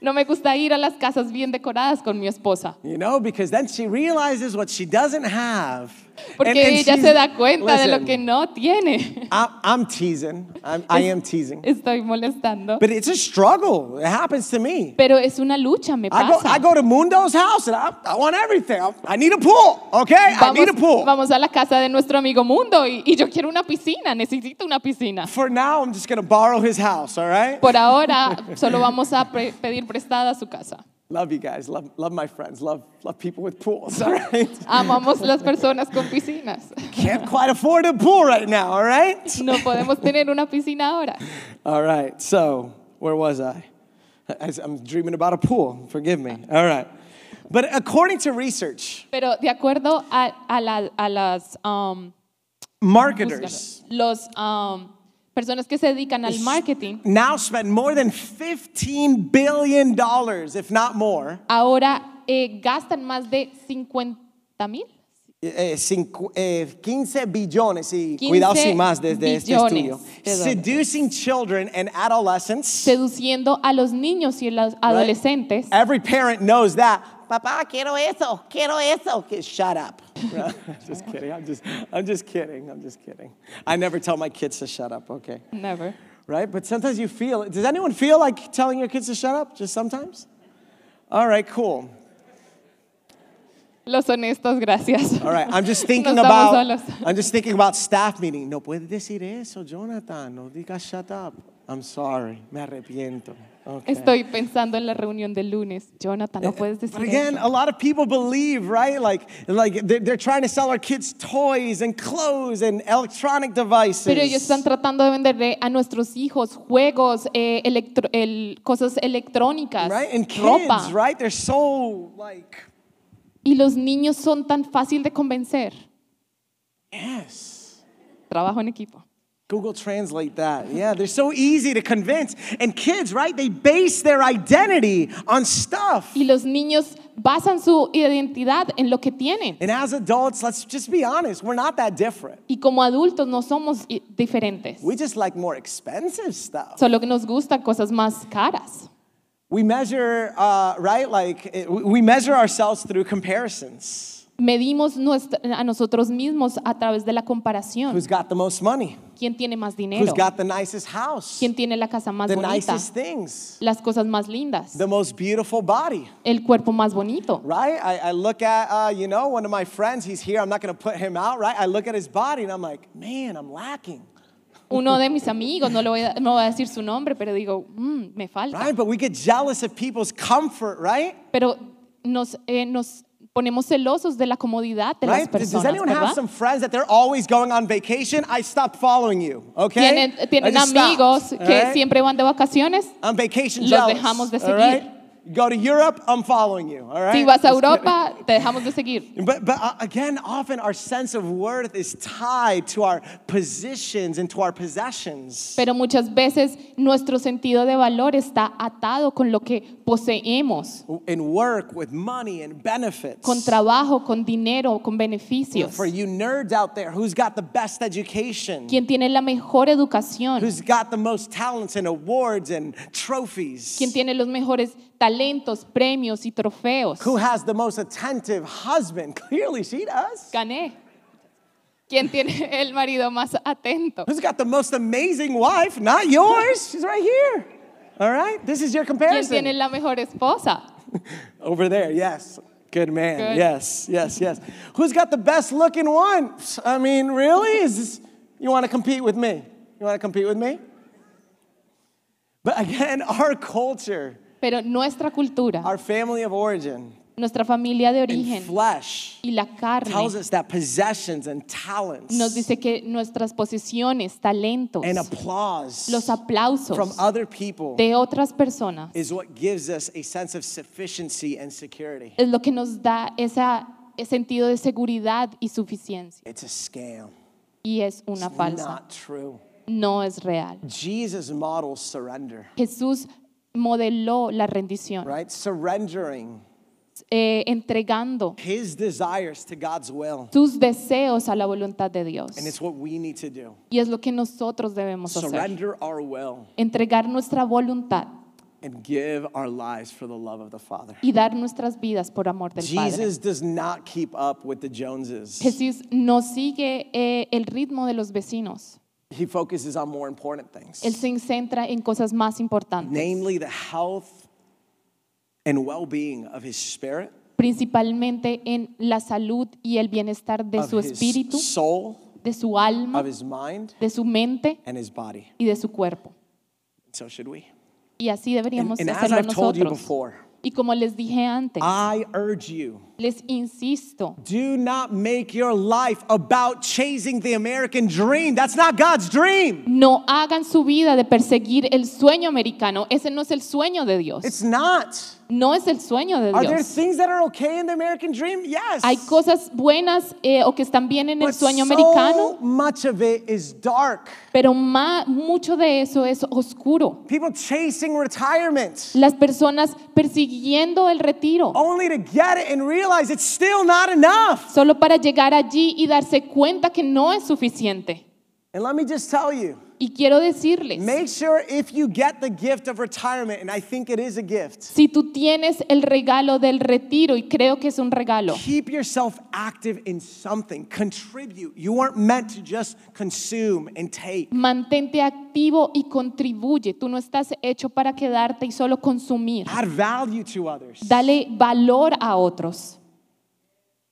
[SPEAKER 1] No me gusta ir a las casas bien decoradas con mi esposa,
[SPEAKER 2] You know, because then she realizes what she doesn't have And
[SPEAKER 1] Porque
[SPEAKER 2] then
[SPEAKER 1] ella
[SPEAKER 2] she's-
[SPEAKER 1] se da cuenta de
[SPEAKER 2] listen.
[SPEAKER 1] lo que no tiene. [laughs]
[SPEAKER 2] I'm, I'm teasing. I'm, I am teasing.
[SPEAKER 1] Estoy molestando.
[SPEAKER 2] But it's a struggle. It happens to me.
[SPEAKER 1] Pero es una lucha, me
[SPEAKER 2] I go, I
[SPEAKER 1] pasa.
[SPEAKER 2] go to Mundo's house and I, I want everything. I, I need a pool, okay? I need a
[SPEAKER 1] Vamos,
[SPEAKER 2] pool.
[SPEAKER 1] vamos a la casa de nuestro amigo Mundo y, y yo quiero una piscina, necesito una piscina.
[SPEAKER 2] For now, I'm just going to borrow his house, all right?
[SPEAKER 1] Por ahora solo vamos a pre- pedir prestada su casa.
[SPEAKER 2] Love you guys. Love, love my friends. Love, love people with pools, [laughs] all right?
[SPEAKER 1] Amamos las personas con piscinas.
[SPEAKER 2] Can't quite afford a pool right now, all right?
[SPEAKER 1] No podemos tener una piscina ahora.
[SPEAKER 2] All right, so where was I? I I'm dreaming about a pool. Forgive me. All right. But according to research,
[SPEAKER 1] Pero de acuerdo a, a la- a las um,
[SPEAKER 2] marketers
[SPEAKER 1] los um, personas que se dedican al marketing,
[SPEAKER 2] now spend more than $15 billion, if not more,
[SPEAKER 1] ahora eh, gastan más de 50 mil.
[SPEAKER 2] eh, cincu- eh, 15 billones, y
[SPEAKER 1] 15
[SPEAKER 2] cuidado sin más desde este
[SPEAKER 1] billones
[SPEAKER 2] estudio,
[SPEAKER 1] de dólares.
[SPEAKER 2] seducing children and adolescents.
[SPEAKER 1] seduciendo a los niños y a los adolescentes.
[SPEAKER 2] Every parent knows that. Papá, quiero eso, quiero eso. Ki- Shut up. [laughs] just kidding. I'm just, I'm just kidding. I'm just kidding. I never tell my kids to shut up, okay?
[SPEAKER 1] Never.
[SPEAKER 2] Right? But sometimes you feel, does anyone feel like telling your kids to shut up? Just sometimes? All right, cool.
[SPEAKER 1] Los honestos, gracias.
[SPEAKER 2] All right, I'm just thinking
[SPEAKER 1] No estamos
[SPEAKER 2] about,
[SPEAKER 1] solos.
[SPEAKER 2] I'm just thinking about staff meeting. No puedes decir eso, Jonathan. No digas shut up. I'm sorry. Me arrepiento. Okay.
[SPEAKER 1] [laughs] Estoy pensando en la reunión del lunes. Jonathan, no puedes decir
[SPEAKER 2] Eh, But again,
[SPEAKER 1] eso.
[SPEAKER 2] a lot of people believe, right? Like, like they're, they're trying to sell our kids toys and clothes and electronic devices.
[SPEAKER 1] Pero ellos están tratando de venderle a nuestros hijos juegos, eh, electro- el- cosas electrónicas,
[SPEAKER 2] right? And kids,
[SPEAKER 1] ropa.
[SPEAKER 2] right? They're so like,
[SPEAKER 1] Y los niños son tan fácil de convencer.
[SPEAKER 2] yes.
[SPEAKER 1] Trabajo en equipo.
[SPEAKER 2] Google translate that. Yeah, they're so easy to convince. And kids, right? They base their identity on stuff.
[SPEAKER 1] Y los niños basan su identidad en lo que tienen.
[SPEAKER 2] And as adults, let's just be honest, we're not that different.
[SPEAKER 1] Y como adultos no somos i- diferentes.
[SPEAKER 2] We just like more expensive stuff.
[SPEAKER 1] Solo que nos gustan cosas más caras.
[SPEAKER 2] We measure, uh, right? Like, it- we we measure ourselves through comparisons.
[SPEAKER 1] Medimos nuestra- a nosotros mismos a través de la comparación.
[SPEAKER 2] Who's got the most money?
[SPEAKER 1] ¿Quién tiene más dinero?
[SPEAKER 2] Who's got the nicest house?
[SPEAKER 1] ¿Quién tiene la casa más
[SPEAKER 2] the
[SPEAKER 1] bonita?
[SPEAKER 2] nicest things?
[SPEAKER 1] Las cosas más lindas.
[SPEAKER 2] The most beautiful body,
[SPEAKER 1] El cuerpo más bonito.
[SPEAKER 2] right? I, I look at, uh, you know, one of my friends, he's here, I'm not gonna put him out, right? I look at his body and I'm like, man, I'm lacking,
[SPEAKER 1] Uno de mis amigos, no, le voy a, no voy a decir su nombre, pero digo, "Mm, me falta.
[SPEAKER 2] right? But we get jealous of people's comfort, right?
[SPEAKER 1] Pero nos, eh, nos ponemos celosos de la comodidad de las
[SPEAKER 2] Right? Does, does
[SPEAKER 1] personas,
[SPEAKER 2] anyone have
[SPEAKER 1] ¿verdad?
[SPEAKER 2] some friends that they're always going on vacation? I stopped following you, okay?
[SPEAKER 1] Tienen,
[SPEAKER 2] I
[SPEAKER 1] tienen
[SPEAKER 2] just stopped,
[SPEAKER 1] amigos
[SPEAKER 2] all
[SPEAKER 1] que
[SPEAKER 2] right?
[SPEAKER 1] siempre van de vacaciones.
[SPEAKER 2] I'm vacation
[SPEAKER 1] los
[SPEAKER 2] jealous.
[SPEAKER 1] dejamos de
[SPEAKER 2] all right?
[SPEAKER 1] seguir.
[SPEAKER 2] You Go to Europe, I'm following you, all right?
[SPEAKER 1] Si vas a
[SPEAKER 2] Just kidding.
[SPEAKER 1] Europa, te dejamos de seguir.
[SPEAKER 2] But, but uh, again, often our sense of worth is tied to our positions and to our possessions.
[SPEAKER 1] Pero muchas veces nuestro sentido de valor está atado con lo que poseemos,
[SPEAKER 2] In work, with money and benefits.
[SPEAKER 1] con trabajo, con dinero, con beneficios.
[SPEAKER 2] For you nerds out there, who's got the best education?
[SPEAKER 1] Quien tiene la mejor educación,
[SPEAKER 2] Who's got the most talents and awards and trophies?
[SPEAKER 1] quien tiene los mejores talentos, premios y trofeos.
[SPEAKER 2] Who has the most attentive husband? [laughs] Clearly, she does.
[SPEAKER 1] Gané. Quien tiene [laughs] el marido más atento.
[SPEAKER 2] Who's got the most amazing wife? Not
[SPEAKER 1] [laughs]
[SPEAKER 2] yours. She's right here. All right? This is your
[SPEAKER 1] Quien
[SPEAKER 2] comparison.
[SPEAKER 1] tiene la mejor esposa.
[SPEAKER 2] Over there, yes. Good man.
[SPEAKER 1] Good.
[SPEAKER 2] Yes, yes, yes. Who's got the best looking one? I mean, really? Is this, you want to compete with me? You want to compete with me? But again, [laughs] our culture,
[SPEAKER 1] Pero nuestra cultura,
[SPEAKER 2] our family of origin,
[SPEAKER 1] nuestra familia de
[SPEAKER 2] and
[SPEAKER 1] origen
[SPEAKER 2] flesh
[SPEAKER 1] y la
[SPEAKER 2] tells
[SPEAKER 1] carne
[SPEAKER 2] us that possessions and talents
[SPEAKER 1] nos dice que nuestras posiciones, talentos,
[SPEAKER 2] and applause
[SPEAKER 1] los
[SPEAKER 2] from
[SPEAKER 1] aplausos
[SPEAKER 2] other people
[SPEAKER 1] de otras personas
[SPEAKER 2] is what gives us a sense of sufficiency and security.
[SPEAKER 1] es lo que nos da esa- ese sentido de seguridad y suficiencia.
[SPEAKER 2] It's a scam.
[SPEAKER 1] Y es una
[SPEAKER 2] It's
[SPEAKER 1] falsa,
[SPEAKER 2] Not true.
[SPEAKER 1] no es real.
[SPEAKER 2] Jesus models surrender.
[SPEAKER 1] Jesús modeló la rendición,
[SPEAKER 2] right? Surrendering
[SPEAKER 1] eh, entregando
[SPEAKER 2] his desires to God's will.
[SPEAKER 1] sus deseos a la voluntad de Dios.
[SPEAKER 2] And it's what we need to do.
[SPEAKER 1] Y es lo que nosotros debemos hacer,
[SPEAKER 2] Surrender our will
[SPEAKER 1] entregar nuestra voluntad
[SPEAKER 2] and give our lives for the love of the Father.
[SPEAKER 1] y dar nuestras vidas por amor del Padre.
[SPEAKER 2] Jesus does not keep up with the Joneses.
[SPEAKER 1] Jesús no sigue eh, el ritmo de los vecinos.
[SPEAKER 2] He focuses on more important things,
[SPEAKER 1] Él se centra en cosas más importantes,
[SPEAKER 2] namely the health and well being of his spirit,
[SPEAKER 1] principalmente en la salud y el bienestar de
[SPEAKER 2] of
[SPEAKER 1] su espíritu,
[SPEAKER 2] his soul,
[SPEAKER 1] de su
[SPEAKER 2] of
[SPEAKER 1] alma,
[SPEAKER 2] his mind,
[SPEAKER 1] de su mente
[SPEAKER 2] and his body.
[SPEAKER 1] y de su cuerpo.
[SPEAKER 2] So should we.
[SPEAKER 1] Y así
[SPEAKER 2] And,
[SPEAKER 1] deberíamos
[SPEAKER 2] and as
[SPEAKER 1] hacerlo
[SPEAKER 2] I've told you
[SPEAKER 1] nosotros.
[SPEAKER 2] before,
[SPEAKER 1] Y como les dije antes,
[SPEAKER 2] I urge you
[SPEAKER 1] les insisto,
[SPEAKER 2] do not make your life about chasing the American dream. That's not God's dream.
[SPEAKER 1] no hagan su vida de perseguir el sueño americano. Ese no es el sueño de Dios.
[SPEAKER 2] It's not.
[SPEAKER 1] No es el sueño de
[SPEAKER 2] Are there
[SPEAKER 1] Dios.
[SPEAKER 2] things that are okay in the American dream? Yes.
[SPEAKER 1] Hay cosas buenas eh, o que están bien en el
[SPEAKER 2] But
[SPEAKER 1] sueño
[SPEAKER 2] So
[SPEAKER 1] americano,
[SPEAKER 2] much of it is dark.
[SPEAKER 1] pero ma- mucho de eso es oscuro.
[SPEAKER 2] People chasing retirement
[SPEAKER 1] Las personas persiguiendo el retiro
[SPEAKER 2] only to get it and realize it's still not enough.
[SPEAKER 1] solo para llegar allí y darse cuenta que no es suficiente.
[SPEAKER 2] And let me just tell you
[SPEAKER 1] Y quiero decirles,
[SPEAKER 2] make sure if you get the gift of retirement, and I think it is a gift,
[SPEAKER 1] si tú tienes el regalo del retiro, y creo que es un regalo,
[SPEAKER 2] keep yourself active in something, contribute. You weren't meant to just consume and take.
[SPEAKER 1] mantente activo y contribuye. Tú no estás hecho para quedarte y solo consumir.
[SPEAKER 2] Add value to others.
[SPEAKER 1] Dale valor a otros.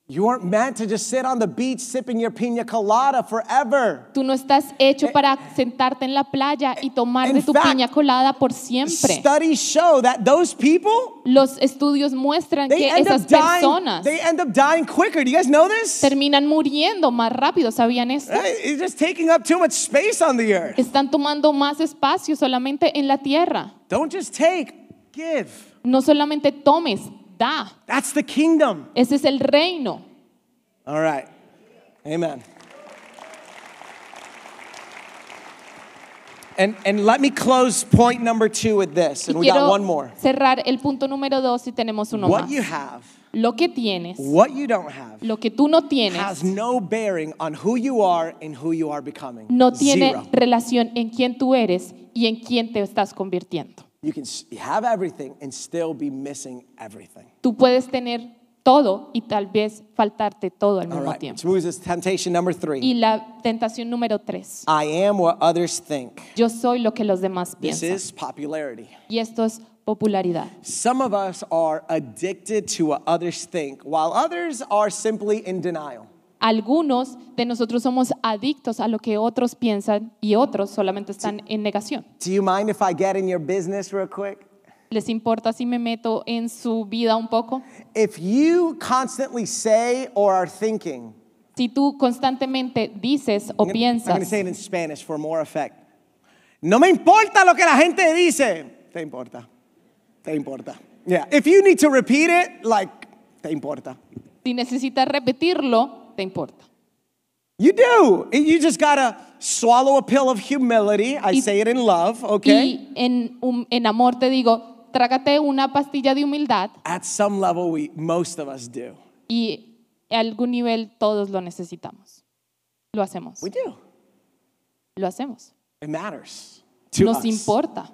[SPEAKER 2] You weren't meant to just sit on the beach sipping your pina colada forever.
[SPEAKER 1] Tú no estás hecho para sentarte en la playa y tomar
[SPEAKER 2] In
[SPEAKER 1] de tu
[SPEAKER 2] fact,
[SPEAKER 1] piña colada por siempre.
[SPEAKER 2] Studies show that those people
[SPEAKER 1] Los estudios muestran
[SPEAKER 2] They
[SPEAKER 1] que
[SPEAKER 2] end
[SPEAKER 1] esas
[SPEAKER 2] up dying.
[SPEAKER 1] personas
[SPEAKER 2] They end up dying quicker. Do you guys know this?
[SPEAKER 1] terminan muriendo más rápido, ¿sabían esto?
[SPEAKER 2] Right? It's just taking up too much space on the earth.
[SPEAKER 1] Están tomando más espacio solamente en la tierra.
[SPEAKER 2] Don't just take, give.
[SPEAKER 1] No solamente tomes, da.
[SPEAKER 2] That's the kingdom.
[SPEAKER 1] Ese es el reino.
[SPEAKER 2] All right. Amen. And, and let me close point number two with this,
[SPEAKER 1] Y
[SPEAKER 2] and we got
[SPEAKER 1] quiero
[SPEAKER 2] one more.
[SPEAKER 1] cerrar el punto número dos y tenemos uno
[SPEAKER 2] What
[SPEAKER 1] más.
[SPEAKER 2] you have,
[SPEAKER 1] Lo que tienes,
[SPEAKER 2] what you don't have,
[SPEAKER 1] lo que tú no
[SPEAKER 2] has
[SPEAKER 1] tienes,
[SPEAKER 2] no bearing on who you are and who you are becoming.
[SPEAKER 1] no tiene
[SPEAKER 2] Zero.
[SPEAKER 1] relación en quién tú eres y en quién te estás convirtiendo.
[SPEAKER 2] You can s- have everything and still be missing everything.
[SPEAKER 1] Tú puedes tener todo y tal vez faltarte todo al
[SPEAKER 2] All
[SPEAKER 1] mismo
[SPEAKER 2] right, which
[SPEAKER 1] tiempo.
[SPEAKER 2] moves us to temptation number three.
[SPEAKER 1] Y la tentación número tres.
[SPEAKER 2] I am what others think.
[SPEAKER 1] Yo soy lo que los demás
[SPEAKER 2] This
[SPEAKER 1] piensan.
[SPEAKER 2] is popularity.
[SPEAKER 1] Y esto es popularidad.
[SPEAKER 2] Some of us are addicted to what others think, while others are simply in denial.
[SPEAKER 1] Algunos de nosotros somos adictos a lo que otros piensan y otros solamente están en negación.
[SPEAKER 2] Do you mind if I get in your business real quick?
[SPEAKER 1] ¿Les importa si me meto en su vida un poco?
[SPEAKER 2] If you constantly say or are thinking,
[SPEAKER 1] Si tú constantemente dices o
[SPEAKER 2] I'm gonna- I'm going to
[SPEAKER 1] piensas,
[SPEAKER 2] say it in Spanish for more effect. No me importa lo que la gente dice. Te importa. Te importa. Yeah. If you need to repeat it, like, te importa.
[SPEAKER 1] si necesitas repetirlo, te importa.
[SPEAKER 2] You do. And You just gotta swallow a pill of humility. I
[SPEAKER 1] Y-
[SPEAKER 2] say it in love, okay?
[SPEAKER 1] Y en, hum- en amor te digo, trágate una pastilla de humildad
[SPEAKER 2] At some level, we most of us do.
[SPEAKER 1] y a algún nivel todos lo necesitamos. Lo hacemos,
[SPEAKER 2] We do.
[SPEAKER 1] lo hacemos.
[SPEAKER 2] It matters to
[SPEAKER 1] Nos
[SPEAKER 2] us,
[SPEAKER 1] importa.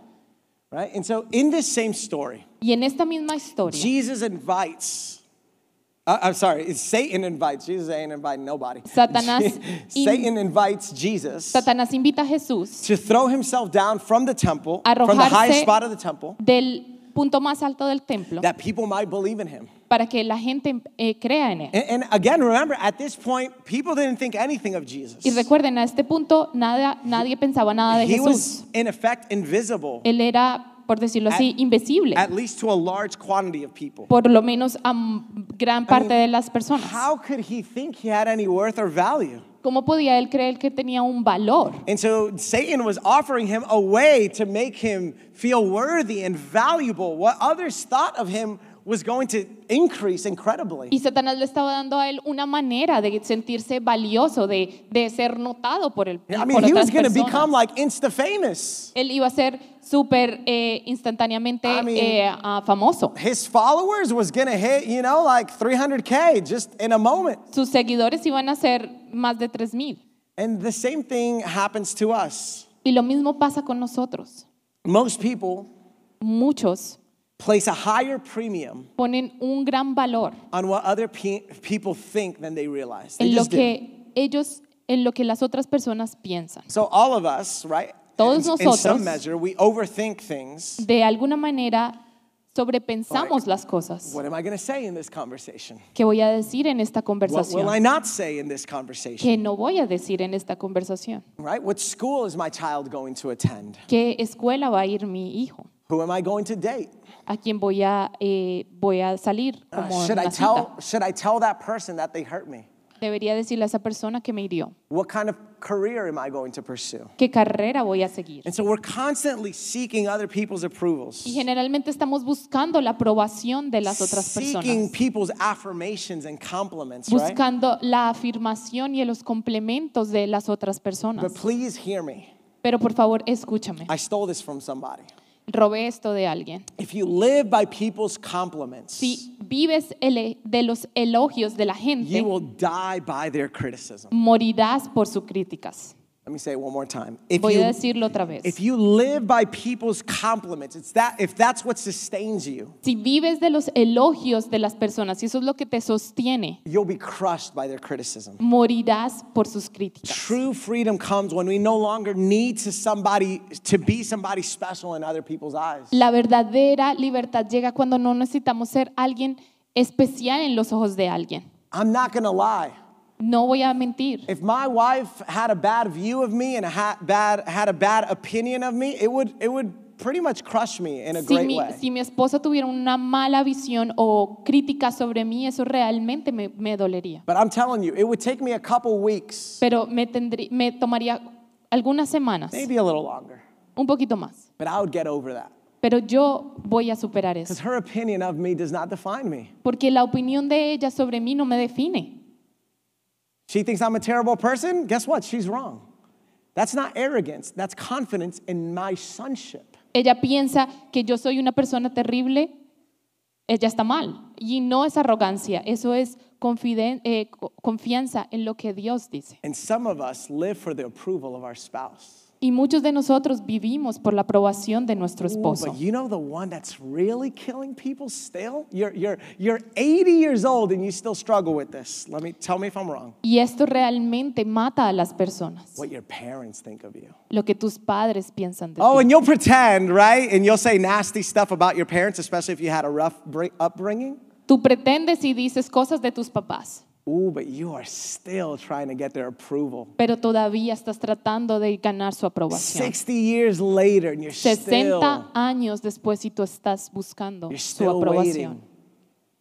[SPEAKER 2] right? And so, in this same story,
[SPEAKER 1] Y en esta misma historia,
[SPEAKER 2] Jesus invites. I- I'm sorry. it's Satan invites Jesus. Ain't inviting nobody. [laughs]
[SPEAKER 1] Satanás in-
[SPEAKER 2] Satan invites Jesus
[SPEAKER 1] Satanás invita a Jesús
[SPEAKER 2] to throw himself down from the temple, from the highest
[SPEAKER 1] Arrojarse-
[SPEAKER 2] spot of the temple,
[SPEAKER 1] del punto más alto del templo
[SPEAKER 2] that people might believe in him.
[SPEAKER 1] para que la gente eh, crea en él.
[SPEAKER 2] And, and again, remember, at this point, people didn't think anything of Jesus.
[SPEAKER 1] Y recuerden, a este punto nada, nadie pensaba nada de
[SPEAKER 2] He
[SPEAKER 1] Jesús.
[SPEAKER 2] was, in effect, invisible,
[SPEAKER 1] Él era, por decirlo así,
[SPEAKER 2] At-
[SPEAKER 1] invisible,
[SPEAKER 2] at least to a large quantity of people.
[SPEAKER 1] por lo menos a m- gran parte de las personas.
[SPEAKER 2] How could he think he had any worth or value?
[SPEAKER 1] ¿Cómo podía él creer que tenía un valor?
[SPEAKER 2] And so Satan was offering him a way to make him feel worthy and valuable. What others thought of him was going to increase incredibly.
[SPEAKER 1] Y Satanás le estaba dando a él una manera de sentirse valioso, de, de ser notado por el
[SPEAKER 2] I
[SPEAKER 1] por
[SPEAKER 2] mean, he
[SPEAKER 1] otras
[SPEAKER 2] was going to
[SPEAKER 1] personas.
[SPEAKER 2] become like insta famous.
[SPEAKER 1] Él iba a ser súper eh, instantáneamente
[SPEAKER 2] I mean-
[SPEAKER 1] eh, ah, famoso.
[SPEAKER 2] His followers was going to hit, you know, like 300K just in a moment.
[SPEAKER 1] Sus seguidores iban a ser más de 3.000.
[SPEAKER 2] And the same thing happens to us.
[SPEAKER 1] Y lo mismo pasa con nosotros.
[SPEAKER 2] Most people
[SPEAKER 1] muchos
[SPEAKER 2] place a higher premium
[SPEAKER 1] ponen un gran valor
[SPEAKER 2] on what other pe- people think than they realize. They
[SPEAKER 1] en lo
[SPEAKER 2] just do.
[SPEAKER 1] que ellos, en lo que las otras personas piensan.
[SPEAKER 2] So all of us, right?
[SPEAKER 1] Todos
[SPEAKER 2] in, in some
[SPEAKER 1] nosotros.
[SPEAKER 2] measure, we overthink things.
[SPEAKER 1] De alguna manera sobrepensamos las cosas.
[SPEAKER 2] What am I going to say in this conversation?
[SPEAKER 1] ¿Qué voy a decir en esta
[SPEAKER 2] What will I
[SPEAKER 1] conversación?
[SPEAKER 2] not say in this conversation?
[SPEAKER 1] ¿Qué no voy a decir en esta conversación?
[SPEAKER 2] Right? What school is my child going to attend?
[SPEAKER 1] ¿Qué escuela va a ir mi hijo?
[SPEAKER 2] Who am I going to date?
[SPEAKER 1] ¿A quién voy a, eh, voy a salir
[SPEAKER 2] Uh,
[SPEAKER 1] como en
[SPEAKER 2] should I
[SPEAKER 1] una cita?
[SPEAKER 2] tell should I tell that person that they hurt me?
[SPEAKER 1] Debería decirle a esa persona que me hirió.
[SPEAKER 2] What kind of career am I going to pursue?
[SPEAKER 1] ¿Qué carrera voy a seguir?
[SPEAKER 2] And so we're constantly seeking other people's approvals.
[SPEAKER 1] Y generalmente estamos buscando la aprobación de las otras
[SPEAKER 2] Seeking
[SPEAKER 1] personas,
[SPEAKER 2] people's affirmations and compliments, right?
[SPEAKER 1] buscando la afirmación y los complementos de las otras
[SPEAKER 2] But
[SPEAKER 1] personas.
[SPEAKER 2] please hear me.
[SPEAKER 1] Pero por favor, escúchame.
[SPEAKER 2] I stole this from somebody.
[SPEAKER 1] Robé esto de alguien.
[SPEAKER 2] If you live by people's compliments,
[SPEAKER 1] Si vives ele- de los elogios de la gente,
[SPEAKER 2] you will die by their criticism.
[SPEAKER 1] morirás por sus críticas.
[SPEAKER 2] Let me say it one more time. If
[SPEAKER 1] Voy a
[SPEAKER 2] you,
[SPEAKER 1] decirlo otra
[SPEAKER 2] if
[SPEAKER 1] vez.
[SPEAKER 2] you live by people's compliments, it's that, if that's what sustains you,
[SPEAKER 1] Si vives de los elogios de las personas, si eso es lo que te sostiene,
[SPEAKER 2] you'll be crushed by their criticism.
[SPEAKER 1] morirás por sus críticas.
[SPEAKER 2] True freedom comes when we no longer need to somebody to be somebody special in other people's eyes.
[SPEAKER 1] La verdadera libertad llega cuando no necesitamos ser alguien especial en los ojos de alguien.
[SPEAKER 2] I'm not gonna lie.
[SPEAKER 1] No voy a mentir.
[SPEAKER 2] If my wife had a bad view of me and a ha- bad, had a bad opinion of me, it would, it would pretty much crush me in a
[SPEAKER 1] Si
[SPEAKER 2] great
[SPEAKER 1] mi,
[SPEAKER 2] way.
[SPEAKER 1] si mi esposa tuviera una mala visión o crítica sobre mí, eso realmente me, me dolería.
[SPEAKER 2] But I'm telling you, it would take me a couple weeks,
[SPEAKER 1] Pero me, tendrí- me tomaría algunas semanas,
[SPEAKER 2] maybe a little longer,
[SPEAKER 1] un poquito más.
[SPEAKER 2] but I would get over that.
[SPEAKER 1] Pero yo voy a superar
[SPEAKER 2] Because
[SPEAKER 1] eso.
[SPEAKER 2] her opinion of me does not define me.
[SPEAKER 1] Porque la opinión de ella sobre mí no me define.
[SPEAKER 2] She thinks I'm a terrible person. Guess what? She's wrong. That's not arrogance, that's confidence in my sonship.
[SPEAKER 1] Ella piensa que yo soy una persona terrible, ella está mal. Y no es arrogancia, eso es confiden- eh, co- confianza en lo que Dios dice.
[SPEAKER 2] And some of us live for the approval of our spouse.
[SPEAKER 1] Y muchos de nosotros vivimos por la aprobación de nuestro
[SPEAKER 2] Ooh,
[SPEAKER 1] esposo.
[SPEAKER 2] but you know the one that's really killing people still? You're, you're, you're 80 years old and you still struggle with this. Let me tell me if I'm wrong.
[SPEAKER 1] Y esto realmente mata a las personas,
[SPEAKER 2] What your parents think of you.
[SPEAKER 1] lo que tus padres piensan de
[SPEAKER 2] Oh,
[SPEAKER 1] ti.
[SPEAKER 2] and you'll pretend, right? And you'll say nasty stuff about your parents, especially if you had a rough bri- upbringing.
[SPEAKER 1] Tú pretendes y dices cosas de tus papás,
[SPEAKER 2] Ooh, but you are still trying to get their approval.
[SPEAKER 1] pero todavía estás tratando de ganar su aprobación.
[SPEAKER 2] 60 years later and you're
[SPEAKER 1] 60
[SPEAKER 2] still,
[SPEAKER 1] años después y tú estás buscando
[SPEAKER 2] you're
[SPEAKER 1] su
[SPEAKER 2] still waiting.
[SPEAKER 1] aprobación.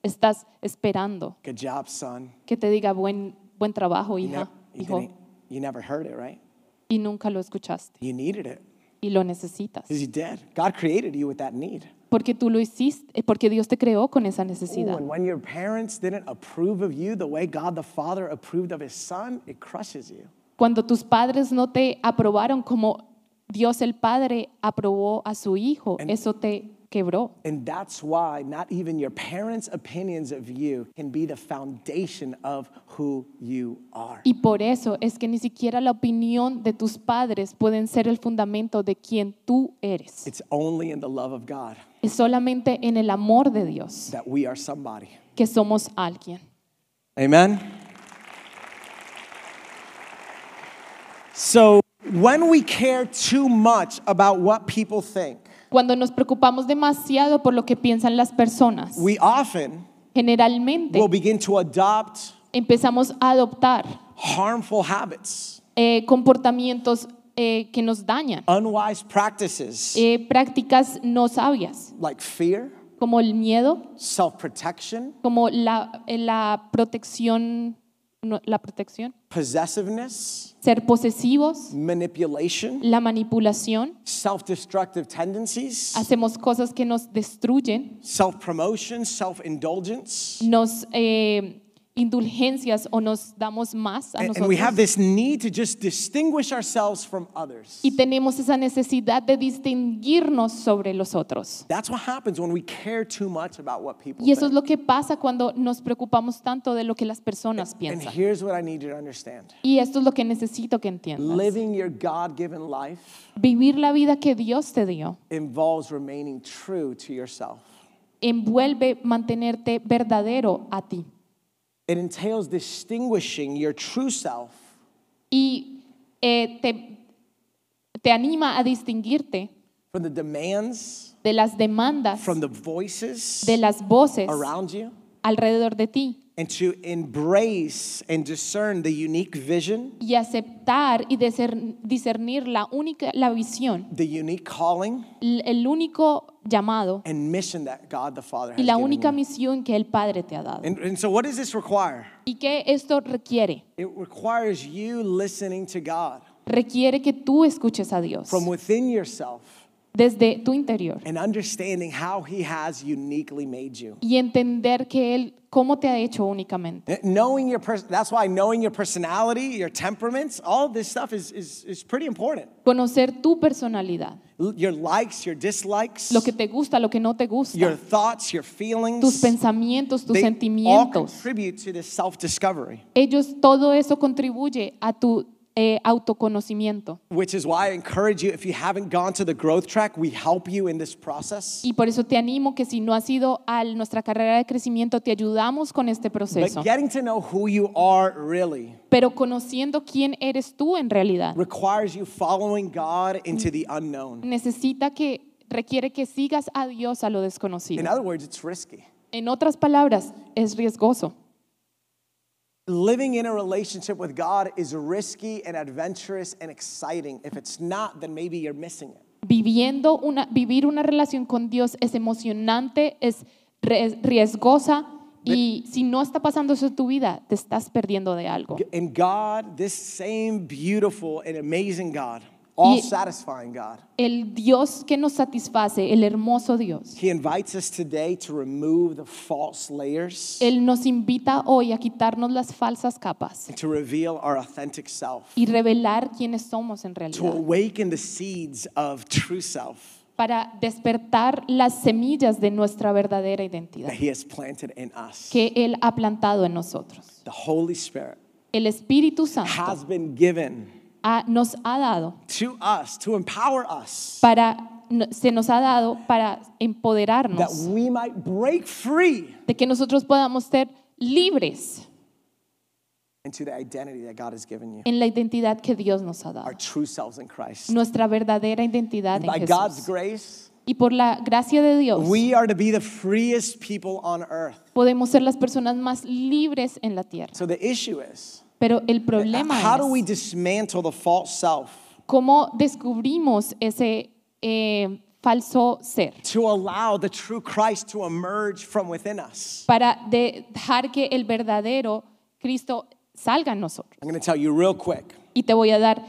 [SPEAKER 1] Estás esperando
[SPEAKER 2] Good job, son.
[SPEAKER 1] que te diga buen, buen trabajo,
[SPEAKER 2] You, nev-
[SPEAKER 1] hija,
[SPEAKER 2] you
[SPEAKER 1] hijo,
[SPEAKER 2] didn't- you never heard it, right?
[SPEAKER 1] y nunca lo escuchaste
[SPEAKER 2] You needed it
[SPEAKER 1] y lo necesitas.
[SPEAKER 2] because you did. God created you with that need.
[SPEAKER 1] Porque tú lo hiciste, eh, porque Dios te creó con esa
[SPEAKER 2] Ooh,
[SPEAKER 1] necesidad.
[SPEAKER 2] and when your parents didn't approve of you the way God the Father approved of his son, it crushes you.
[SPEAKER 1] Cuando tus padres no te aprobaron como Dios el Padre aprobó a su hijo, eso te quebró.
[SPEAKER 2] And that's why not even your parents' opinions of you can be the foundation of who you are.
[SPEAKER 1] Y por eso es que ni siquiera la opinión de tus padres pueden ser el fundamento de quien tú eres.
[SPEAKER 2] It's only in the love of God
[SPEAKER 1] Es solamente en el amor de Dios
[SPEAKER 2] that we are somebody.
[SPEAKER 1] que somos alguien.
[SPEAKER 2] Amen. So, when we care too much about what people think,
[SPEAKER 1] Cuando nos preocupamos demasiado por lo que piensan las personas,
[SPEAKER 2] we often
[SPEAKER 1] generalmente
[SPEAKER 2] will begin to adopt
[SPEAKER 1] empezamos a adoptar
[SPEAKER 2] harmful habits,
[SPEAKER 1] eh, comportamientos eh, que nos dañan,
[SPEAKER 2] unwise practices
[SPEAKER 1] eh, prácticas no sabias,
[SPEAKER 2] like fear,
[SPEAKER 1] como el miedo,
[SPEAKER 2] self protection,
[SPEAKER 1] como la, eh, la protección, no, la protección,
[SPEAKER 2] possessiveness,
[SPEAKER 1] ser posesivos,
[SPEAKER 2] manipulation,
[SPEAKER 1] la manipulación,
[SPEAKER 2] self destructive tendencies,
[SPEAKER 1] hacemos cosas que nos destruyen,
[SPEAKER 2] self promotion, self indulgence,
[SPEAKER 1] nos eh, indulgencias o nos damos más a
[SPEAKER 2] And, and we
[SPEAKER 1] nosotros.
[SPEAKER 2] have this need to just distinguish ourselves from others.
[SPEAKER 1] y tenemos esa necesidad de distinguirnos sobre los otros.
[SPEAKER 2] That's what happens when we care too much about what people
[SPEAKER 1] Y eso es
[SPEAKER 2] think.
[SPEAKER 1] lo que pasa cuando nos preocupamos tanto de lo que las personas
[SPEAKER 2] And
[SPEAKER 1] piensan.
[SPEAKER 2] here's what I need you to understand.
[SPEAKER 1] Y esto es lo que necesito que entiendas.
[SPEAKER 2] Living your God-given life
[SPEAKER 1] Vivir la vida que Dios te dio
[SPEAKER 2] involves remaining true to yourself.
[SPEAKER 1] envuelve mantenerte verdadero a ti
[SPEAKER 2] It entails distinguishing your true self
[SPEAKER 1] y eh, te, te anima a distinguirte
[SPEAKER 2] from the demands,
[SPEAKER 1] de las demandas,
[SPEAKER 2] from the voices
[SPEAKER 1] de las voces
[SPEAKER 2] around you,
[SPEAKER 1] alrededor de ti
[SPEAKER 2] and to embrace and discern the unique vision,
[SPEAKER 1] y aceptar y discern- discernir la única la visión,
[SPEAKER 2] the unique calling
[SPEAKER 1] l- el único llamado
[SPEAKER 2] and mission that God the Father
[SPEAKER 1] y
[SPEAKER 2] has
[SPEAKER 1] la
[SPEAKER 2] given
[SPEAKER 1] única
[SPEAKER 2] you.
[SPEAKER 1] misión que el Padre te ha dado.
[SPEAKER 2] And, and so, what does this require?
[SPEAKER 1] ¿Y qué esto requiere?
[SPEAKER 2] It requires you listening to God
[SPEAKER 1] Requiere que tú escuches a Dios
[SPEAKER 2] from within yourself
[SPEAKER 1] desde tu interior
[SPEAKER 2] and understanding how He has uniquely made you.
[SPEAKER 1] y entender que él cómo te ha hecho únicamente.
[SPEAKER 2] Knowing your person, that's why knowing your personality, your temperaments, all this stuff is, is, is pretty important.
[SPEAKER 1] conocer tu personalidad,
[SPEAKER 2] L- Your likes, your dislikes,
[SPEAKER 1] lo que te gusta, lo que no te
[SPEAKER 2] your
[SPEAKER 1] gusta,
[SPEAKER 2] thoughts, your feelings,
[SPEAKER 1] tus pensamientos, tus
[SPEAKER 2] they all
[SPEAKER 1] sentimientos.
[SPEAKER 2] contribute to this self discovery,
[SPEAKER 1] Ellos, todo eso contribuye a tu eh, autoconocimiento.
[SPEAKER 2] which is why I encourage you if you haven't gone to the growth track, we help you in this process.
[SPEAKER 1] Y por eso te animo que si no has ido a nuestra carrera de crecimiento, te ayudamos con este proceso.
[SPEAKER 2] But getting to know who you are really
[SPEAKER 1] Pero conociendo quién eres tú en realidad,
[SPEAKER 2] requires you following God into the unknown.
[SPEAKER 1] necesita que requiere que sigas a Dios a lo
[SPEAKER 2] In
[SPEAKER 1] desconocido.
[SPEAKER 2] other words, it's risky.
[SPEAKER 1] En otras palabras, es riesgoso.
[SPEAKER 2] Living in a relationship with God is risky and adventurous and exciting. If it's not, then maybe you're missing it.
[SPEAKER 1] viviendo una, vivir una relación con Dios es emocionante, es re- riesgosa y si no está pasando eso en tu vida, te estás perdiendo de algo.
[SPEAKER 2] And God, this same beautiful and amazing God, all
[SPEAKER 1] Ye-
[SPEAKER 2] satisfying God,
[SPEAKER 1] El Dios que nos satisface, el hermoso Dios,
[SPEAKER 2] He invites us today to remove the false layers
[SPEAKER 1] Él nos invita hoy a quitarnos las falsas capas
[SPEAKER 2] and to reveal our authentic self,
[SPEAKER 1] y revelar quiénes somos en
[SPEAKER 2] to
[SPEAKER 1] realidad,
[SPEAKER 2] awaken the seeds of true self
[SPEAKER 1] para despertar las semillas de nuestra verdadera identidad
[SPEAKER 2] that He has planted in us.
[SPEAKER 1] que Él ha plantado en nosotros.
[SPEAKER 2] The Holy Spirit
[SPEAKER 1] El Espíritu Santo
[SPEAKER 2] has been given
[SPEAKER 1] ha- nos ha dado
[SPEAKER 2] to us to empower us
[SPEAKER 1] para no- se nos ha dado para
[SPEAKER 2] that
[SPEAKER 1] empoderarnos,
[SPEAKER 2] we might break free
[SPEAKER 1] de que nosotros podamos ser libres
[SPEAKER 2] into the identity that God has given you,
[SPEAKER 1] en la identidad que Dios nos ha dado,
[SPEAKER 2] our true selves in Christ.
[SPEAKER 1] nuestra verdadera identidad
[SPEAKER 2] And
[SPEAKER 1] en
[SPEAKER 2] by God's
[SPEAKER 1] Jesús.
[SPEAKER 2] grace,
[SPEAKER 1] Y por la gracia de Dios
[SPEAKER 2] we are to be the freest people on earth.
[SPEAKER 1] podemos ser las personas más libres en la tierra.
[SPEAKER 2] So the issue is
[SPEAKER 1] Pero el problema
[SPEAKER 2] Eh, how do we
[SPEAKER 1] es
[SPEAKER 2] dismantle the false self
[SPEAKER 1] cómo descubrimos ese eh, falso ser
[SPEAKER 2] to allow the true Christ to emerge from within us?
[SPEAKER 1] para de- dejar que el verdadero Cristo salga en nosotros.
[SPEAKER 2] I'm going to tell you real quick.
[SPEAKER 1] Y te voy a dar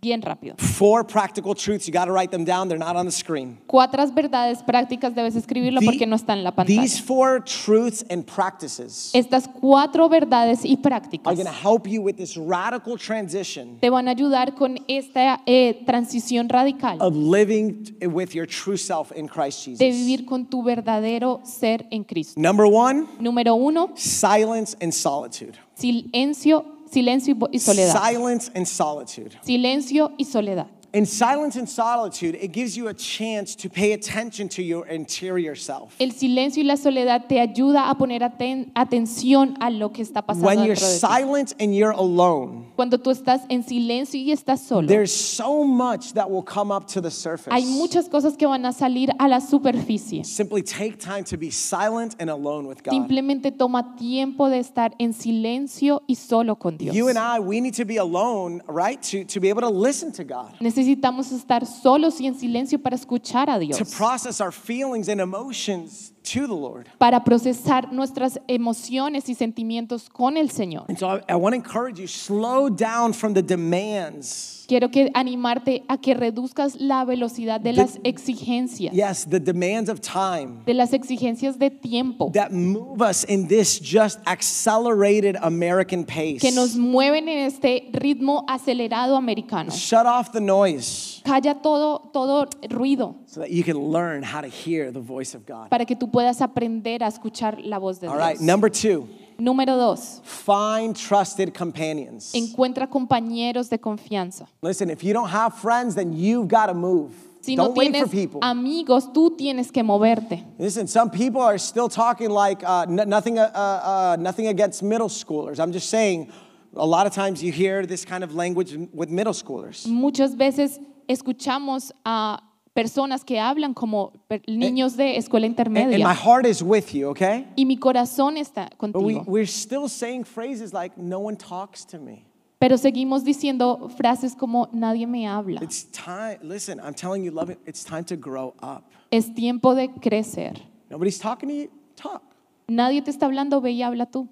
[SPEAKER 1] bien rápido.
[SPEAKER 2] Four practical truths. You got to write them down. They're not on the screen.
[SPEAKER 1] Cuatro verdades prácticas debes escribirlo
[SPEAKER 2] The-
[SPEAKER 1] porque no está en la pantalla.
[SPEAKER 2] These four truths and practices
[SPEAKER 1] Estas cuatro verdades y
[SPEAKER 2] are
[SPEAKER 1] prácticas
[SPEAKER 2] going to help you with this radical transition
[SPEAKER 1] te van a ayudar con esta eh, transición radical
[SPEAKER 2] of living t- with your true self in Christ
[SPEAKER 1] de
[SPEAKER 2] Jesus.
[SPEAKER 1] vivir con tu verdadero ser en Cristo.
[SPEAKER 2] Number one,
[SPEAKER 1] Número uno,
[SPEAKER 2] silence and solitude.
[SPEAKER 1] silencio, silencio y bo- y soledad.
[SPEAKER 2] Silence and solitude.
[SPEAKER 1] Silencio y soledad.
[SPEAKER 2] In silence and solitude, it gives you a chance to pay attention to your interior self.
[SPEAKER 1] El silencio y la soledad te ayuda a poner aten- atención a lo que está pasando
[SPEAKER 2] When you're
[SPEAKER 1] dentro de ti.
[SPEAKER 2] silent and you're alone,
[SPEAKER 1] Cuando tú estás en silencio y estás solo,
[SPEAKER 2] there's so much that will come up to the surface.
[SPEAKER 1] hay muchas cosas que van a salir a la superficie.
[SPEAKER 2] Simply take time to be silent and alone with God.
[SPEAKER 1] Simplemente toma tiempo de estar en silencio y solo con Dios.
[SPEAKER 2] You and I, we need to be alone, right? To, to be able to listen to God.
[SPEAKER 1] Necesitamos estar solos y en silencio para escuchar a Dios,
[SPEAKER 2] to process our feelings and emotions to the Lord.
[SPEAKER 1] para procesar nuestras emociones y sentimientos con el Señor.
[SPEAKER 2] And so I, I want to encourage you slow down from the demands.
[SPEAKER 1] Quiero que animarte a que reduzcas la velocidad de
[SPEAKER 2] The-
[SPEAKER 1] las exigencias,
[SPEAKER 2] Yes, the demands of time
[SPEAKER 1] de las exigencias de tiempo
[SPEAKER 2] that move us in this just accelerated American pace.
[SPEAKER 1] que nos mueven en este ritmo acelerado americano.
[SPEAKER 2] Shut off the noise
[SPEAKER 1] Calla todo todo ruido
[SPEAKER 2] so that you can learn how to hear the voice of God.
[SPEAKER 1] para que tú puedas aprender a escuchar la voz de
[SPEAKER 2] All right,
[SPEAKER 1] Dios.
[SPEAKER 2] number two,
[SPEAKER 1] Número dos,
[SPEAKER 2] find trusted companions.
[SPEAKER 1] encuentra compañeros de confianza.
[SPEAKER 2] Listen, if you don't have friends, then you've got to move.
[SPEAKER 1] Si no
[SPEAKER 2] don't wait
[SPEAKER 1] tienes
[SPEAKER 2] for people.
[SPEAKER 1] amigos, tú tienes que moverte.
[SPEAKER 2] Listen, some people are still talking like uh, n- nothing, uh, uh, nothing against middle schoolers. I'm just saying, a lot of times you hear this kind of language m- with middle schoolers.
[SPEAKER 1] Muchas veces escuchamos a personas que hablan como per- niños de escuela
[SPEAKER 2] And, and Eh, my
[SPEAKER 1] intermedia
[SPEAKER 2] heart is with you, okay?
[SPEAKER 1] y mi corazón está
[SPEAKER 2] But we,
[SPEAKER 1] contigo,
[SPEAKER 2] we're still saying phrases like, no one talks to me.
[SPEAKER 1] pero seguimos diciendo frases como nadie me habla.
[SPEAKER 2] It's time, listen, I'm telling you, love it, it's time to grow up.
[SPEAKER 1] Es tiempo de crecer.
[SPEAKER 2] Nobody's talking to you, talk.
[SPEAKER 1] Nadie te está hablando, ve y habla tú.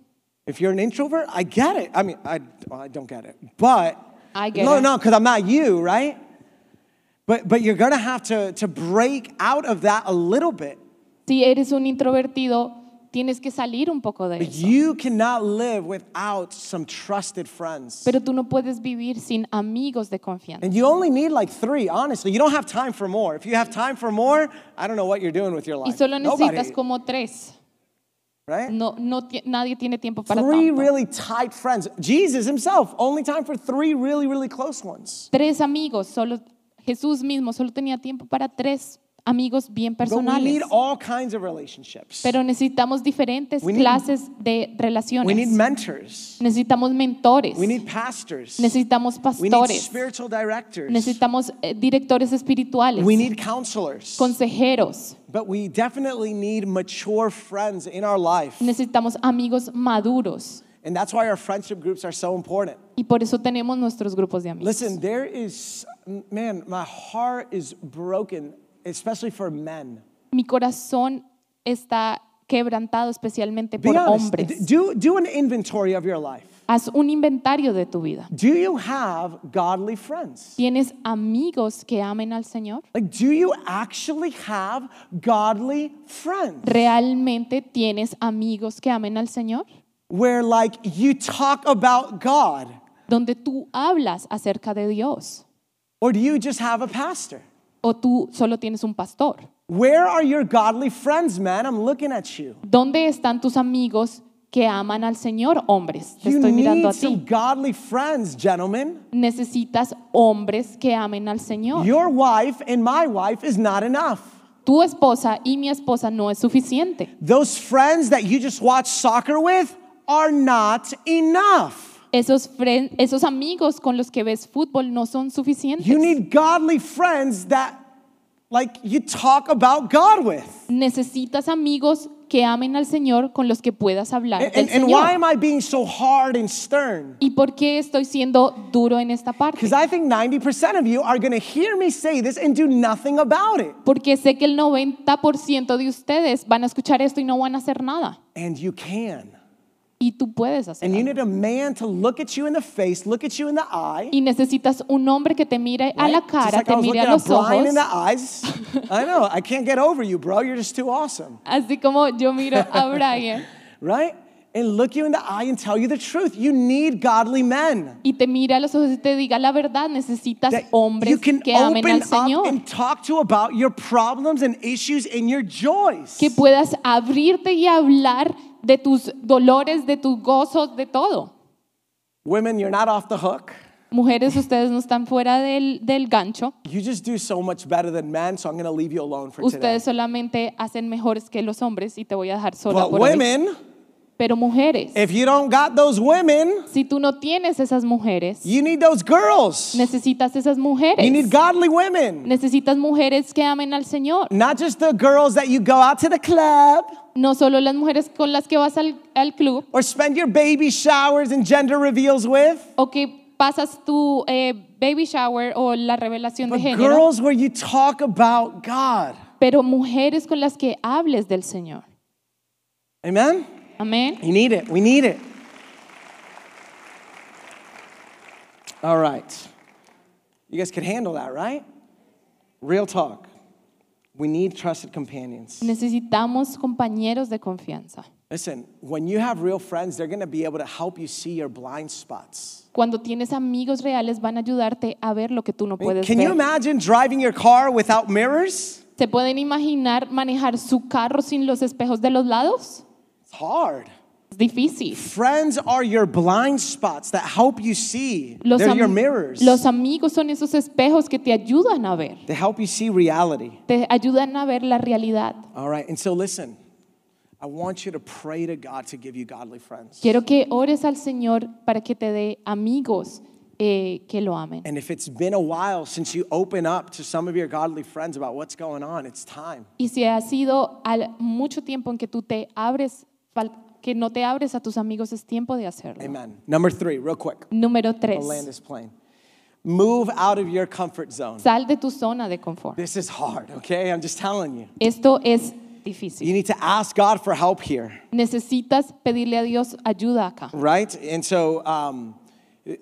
[SPEAKER 2] If you're an introvert, I get it. I mean, I, well, I don't get it, but
[SPEAKER 1] I get
[SPEAKER 2] no,
[SPEAKER 1] it.
[SPEAKER 2] no, because I'm not you, right? But but you're gonna have to to break out of that a little bit.
[SPEAKER 1] Si eres un introvertido, tienes que salir un poco de
[SPEAKER 2] But
[SPEAKER 1] eso.
[SPEAKER 2] you cannot live without some trusted friends,
[SPEAKER 1] Pero tú no puedes vivir sin amigos de confianza.
[SPEAKER 2] and you only need like three. Honestly, you don't have time for more. If you have time for more, I don't know what you're doing with your
[SPEAKER 1] Y
[SPEAKER 2] life.
[SPEAKER 1] solo necesitas
[SPEAKER 2] Nobody,
[SPEAKER 1] como tres.
[SPEAKER 2] right?
[SPEAKER 1] No, no, ti- nadie tiene tiempo para
[SPEAKER 2] Three
[SPEAKER 1] tanto.
[SPEAKER 2] really tight friends. Jesus himself only time for three really really close ones.
[SPEAKER 1] tres amigos, solo Jesús mismo solo tenía tiempo para tres amigos bien
[SPEAKER 2] But we need
[SPEAKER 1] personales.
[SPEAKER 2] all kinds of relationships.
[SPEAKER 1] Pero necesitamos diferentes
[SPEAKER 2] We need-
[SPEAKER 1] clases
[SPEAKER 2] We
[SPEAKER 1] de
[SPEAKER 2] need
[SPEAKER 1] relaciones.
[SPEAKER 2] mentors.
[SPEAKER 1] Necesitamos mentores,
[SPEAKER 2] We need pastors.
[SPEAKER 1] necesitamos
[SPEAKER 2] We need
[SPEAKER 1] pastores,
[SPEAKER 2] spiritual directors.
[SPEAKER 1] necesitamos eh, directores espirituales,
[SPEAKER 2] We need counselors.
[SPEAKER 1] consejeros,
[SPEAKER 2] But we definitely need mature friends in our life.
[SPEAKER 1] necesitamos amigos maduros.
[SPEAKER 2] And that's why our friendship groups are so important.
[SPEAKER 1] Y por eso tenemos nuestros grupos de amigos.
[SPEAKER 2] Listen, there is, man, my heart is broken, especially for men.
[SPEAKER 1] Mi corazón está quebrantado especialmente
[SPEAKER 2] Be
[SPEAKER 1] por
[SPEAKER 2] honest.
[SPEAKER 1] hombres.
[SPEAKER 2] D- Do, do an inventory of your life.
[SPEAKER 1] Haz un inventario de tu vida.
[SPEAKER 2] Do you have godly friends?
[SPEAKER 1] ¿Tienes amigos que amen al Señor?
[SPEAKER 2] Like, do you actually have godly friends
[SPEAKER 1] ¿Realmente tienes amigos que amen al Señor?
[SPEAKER 2] where, like, you talk about God?
[SPEAKER 1] Donde tú hablas acerca de Dios
[SPEAKER 2] Or do you just have a pastor?
[SPEAKER 1] o tú solo tienes un pastor.
[SPEAKER 2] Where are your godly friends, man? I'm looking at you.
[SPEAKER 1] ¿Dónde están tus amigos que aman al Señor, hombres? Te
[SPEAKER 2] you
[SPEAKER 1] estoy mirando a
[SPEAKER 2] need
[SPEAKER 1] ti.
[SPEAKER 2] some godly friends, gentlemen.
[SPEAKER 1] Necesitas hombres que amen al Señor.
[SPEAKER 2] Your wife and my wife is not enough.
[SPEAKER 1] Tu esposa y mi esposa no es suficiente.
[SPEAKER 2] Those friends that you just watch soccer with are not enough.
[SPEAKER 1] Esos, fren- esos amigos con los que ves fútbol no son suficientes.
[SPEAKER 2] You need godly friends that, like, you talk about God with.
[SPEAKER 1] Necesitas amigos que amen al Señor con los que puedas hablar
[SPEAKER 2] And,
[SPEAKER 1] del
[SPEAKER 2] and- and
[SPEAKER 1] Señor.
[SPEAKER 2] why am I being so hard and stern?
[SPEAKER 1] ¿Y por qué estoy siendo duro en esta parte?
[SPEAKER 2] Because I think 90% of you are going to hear me say this and do nothing about it.
[SPEAKER 1] Porque sé que el 90% de ustedes van a escuchar esto y no van a hacer nada.
[SPEAKER 2] And you can.
[SPEAKER 1] Y tú puedes hacer
[SPEAKER 2] And you
[SPEAKER 1] algo.
[SPEAKER 2] need a man to look at you in the face, look at you in the eye.
[SPEAKER 1] Y necesitas un hombre que te mire a la
[SPEAKER 2] right? Just
[SPEAKER 1] cara,
[SPEAKER 2] like
[SPEAKER 1] te
[SPEAKER 2] I was
[SPEAKER 1] mire
[SPEAKER 2] looking
[SPEAKER 1] a
[SPEAKER 2] at
[SPEAKER 1] los
[SPEAKER 2] Brian
[SPEAKER 1] ojos.
[SPEAKER 2] in the eyes. I know, I can't get over you, bro. You're just too awesome,
[SPEAKER 1] Así como yo miro
[SPEAKER 2] [laughs]
[SPEAKER 1] a Brian
[SPEAKER 2] right? And look you in the eye and tell you the truth. You need godly men.
[SPEAKER 1] y te mire a los ojos y te diga la verdad, necesitas
[SPEAKER 2] That you
[SPEAKER 1] hombres
[SPEAKER 2] can
[SPEAKER 1] que amen
[SPEAKER 2] open
[SPEAKER 1] al
[SPEAKER 2] up
[SPEAKER 1] Señor.
[SPEAKER 2] and talk to about your problems and issues and your joys.
[SPEAKER 1] Que puedas abrirte y hablar de tus dolores, de tus gozos, de todo.
[SPEAKER 2] Women, you're not off the hook.
[SPEAKER 1] Mujeres, ustedes no están fuera del, del gancho.
[SPEAKER 2] You just do so much better than men, so I'm going to leave you alone for
[SPEAKER 1] Ustedes
[SPEAKER 2] today.
[SPEAKER 1] solamente hacen mejores que los hombres y te voy a dejar sola
[SPEAKER 2] But
[SPEAKER 1] por hoy.
[SPEAKER 2] women,
[SPEAKER 1] Pero mujeres,
[SPEAKER 2] if you don't got those women,
[SPEAKER 1] si tú no tienes esas mujeres,
[SPEAKER 2] you need those girls.
[SPEAKER 1] necesitas esas mujeres.
[SPEAKER 2] You need godly women.
[SPEAKER 1] Necesitas mujeres que amen al Señor.
[SPEAKER 2] Not just the girls that you go out to the club
[SPEAKER 1] No solo las mujeres con las que vas al, al club
[SPEAKER 2] or spend your baby showers and gender reveals with,
[SPEAKER 1] o que pasas tu eh, baby shower o la revelación
[SPEAKER 2] but
[SPEAKER 1] de género,
[SPEAKER 2] girls where you talk about God.
[SPEAKER 1] pero mujeres con las que hables del Señor.
[SPEAKER 2] Amen?
[SPEAKER 1] Amén.
[SPEAKER 2] We need it. We need it. All right. You guys could handle that, right? Real talk. We need trusted companions.
[SPEAKER 1] Necesitamos compañeros de confianza.
[SPEAKER 2] Listen, when you have real friends, they're going to be able to help you see your blind spots.
[SPEAKER 1] Cuando tienes amigos reales van a ayudarte a ver lo que tú no
[SPEAKER 2] I mean,
[SPEAKER 1] puedes
[SPEAKER 2] can you
[SPEAKER 1] ver.
[SPEAKER 2] imagine driving your car without mirrors?
[SPEAKER 1] ¿Se pueden imaginar manejar su carro sin los espejos de los lados?
[SPEAKER 2] It's hard.
[SPEAKER 1] Es difícil.
[SPEAKER 2] Friends are your blind spots that help you see.
[SPEAKER 1] Los,
[SPEAKER 2] They're your
[SPEAKER 1] am-
[SPEAKER 2] mirrors.
[SPEAKER 1] los amigos son esos espejos que te ayudan a ver,
[SPEAKER 2] They help you see reality.
[SPEAKER 1] te ayudan a ver la realidad.
[SPEAKER 2] All right. And so listen, I want you to pray to God to give you godly friends.
[SPEAKER 1] Quiero que ores al Señor para que te dé amigos eh, que lo amen.
[SPEAKER 2] And if it's been a while since you open up to some of your godly friends about what's going on, it's time.
[SPEAKER 1] Y si ha sido al- mucho tiempo en que tú te abres, fal- que no te abres a tus amigos, es tiempo de hacerlo.
[SPEAKER 2] Amen. Number three, real quick.
[SPEAKER 1] Número
[SPEAKER 2] I'll land
[SPEAKER 1] tres,
[SPEAKER 2] this plane. Move out of your comfort zone.
[SPEAKER 1] sal de tu zona de confort.
[SPEAKER 2] This is hard, okay? I'm just telling you.
[SPEAKER 1] Esto es
[SPEAKER 2] You
[SPEAKER 1] difícil.
[SPEAKER 2] need to ask God for help here,
[SPEAKER 1] Necesitas pedirle a Dios ayuda acá.
[SPEAKER 2] right? And so um,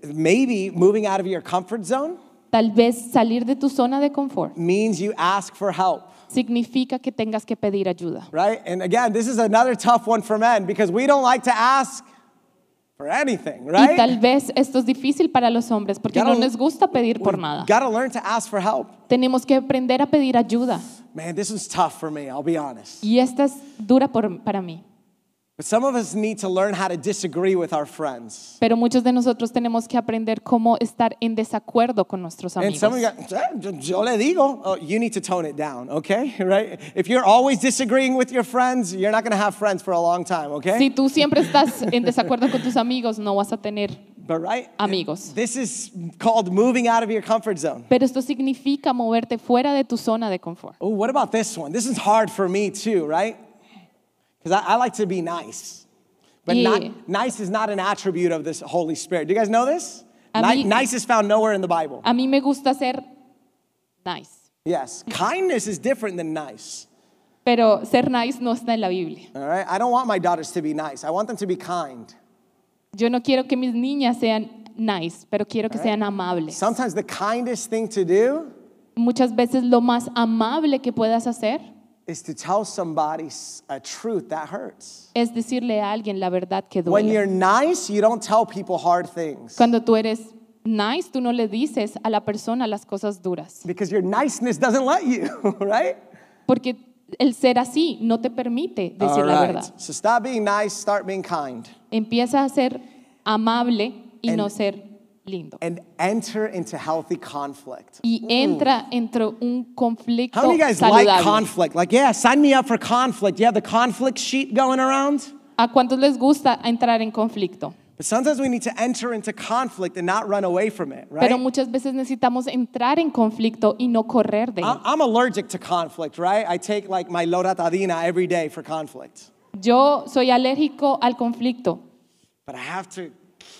[SPEAKER 2] maybe moving out of your comfort zone
[SPEAKER 1] Tal vez salir de tu zona de confort
[SPEAKER 2] means you ask for help,
[SPEAKER 1] significa que tengas que pedir ayuda.
[SPEAKER 2] right? And again, this is another tough one for men because we don't like to ask for anything,
[SPEAKER 1] Y tal
[SPEAKER 2] right?
[SPEAKER 1] vez esto es difícil para los hombres porque
[SPEAKER 2] Gotta-
[SPEAKER 1] no les gusta pedir por nada.
[SPEAKER 2] Got to learn to ask for help.
[SPEAKER 1] Tenemos que aprender a pedir ayuda.
[SPEAKER 2] Man, this one's tough for me, I'll be honest.
[SPEAKER 1] Y esta es dura por- para mí.
[SPEAKER 2] But some of us need to learn how to disagree with our friends.
[SPEAKER 1] Pero muchos de nosotros tenemos que aprender cómo estar en desacuerdo con nuestros
[SPEAKER 2] And
[SPEAKER 1] amigos.
[SPEAKER 2] some of you, got, "Eh, yo- yo le digo, oh, you need to tone it down, okay? [laughs] Right? If you're always disagreeing with your friends, you're not going to have friends for a long time, okay?
[SPEAKER 1] Si tú siempre estás en desacuerdo con tus amigos, no vas a tener
[SPEAKER 2] But right?
[SPEAKER 1] amigos.
[SPEAKER 2] This is called moving out of your comfort zone.
[SPEAKER 1] Pero esto significa moverte fuera de tu zona de confort.
[SPEAKER 2] Oh, what about this one? This is hard for me too, right? Because I, I like to be nice. But
[SPEAKER 1] Yeah.
[SPEAKER 2] ni- nice is not an attribute of this Holy Spirit. Do you guys know this?
[SPEAKER 1] A
[SPEAKER 2] Ni-
[SPEAKER 1] mí-
[SPEAKER 2] nice is found nowhere in the Bible.
[SPEAKER 1] A mí me gusta ser nice,
[SPEAKER 2] Yes, kindness is different than nice.
[SPEAKER 1] pero ser nice no está en la Biblia.
[SPEAKER 2] All right, I don't want my daughters to be nice. I want them to be kind.
[SPEAKER 1] Yo no quiero que mis niñas sean nice, pero quiero que sean amables.
[SPEAKER 2] Sometimes the kindest thing to do
[SPEAKER 1] Muchas veces lo más amable que puedas hacer
[SPEAKER 2] is to tell somebody s- a truth that hurts.
[SPEAKER 1] es decirle a alguien la verdad que
[SPEAKER 2] When
[SPEAKER 1] duele.
[SPEAKER 2] you're nice, you don't tell people hard things
[SPEAKER 1] Cuando tú eres nice, tú no le dices a la persona las cosas duras,
[SPEAKER 2] because your niceness doesn't let you, [laughs] right?
[SPEAKER 1] porque el ser así no te permite decir la verdad.
[SPEAKER 2] So stop being nice, start being kind,
[SPEAKER 1] Empieza a ser amable y
[SPEAKER 2] And-
[SPEAKER 1] no ser lindo.
[SPEAKER 2] and enter into healthy conflict.
[SPEAKER 1] Y entra entre un
[SPEAKER 2] Mm.
[SPEAKER 1] conflicto
[SPEAKER 2] How many of you guys like
[SPEAKER 1] Oh, saludable.
[SPEAKER 2] conflict? Like, yeah, sign me up for conflict. You have the conflict sheet going around?
[SPEAKER 1] ¿A cuántos les gusta entrar en conflicto?
[SPEAKER 2] But sometimes we need to enter into conflict and not run away from it, right?
[SPEAKER 1] Pero muchas veces necesitamos entrar en conflicto y no correr de él.
[SPEAKER 2] I- I'm allergic to conflict, right? I take like my loratadina every day for conflict.
[SPEAKER 1] Yo soy alérgico al conflicto,
[SPEAKER 2] But I have to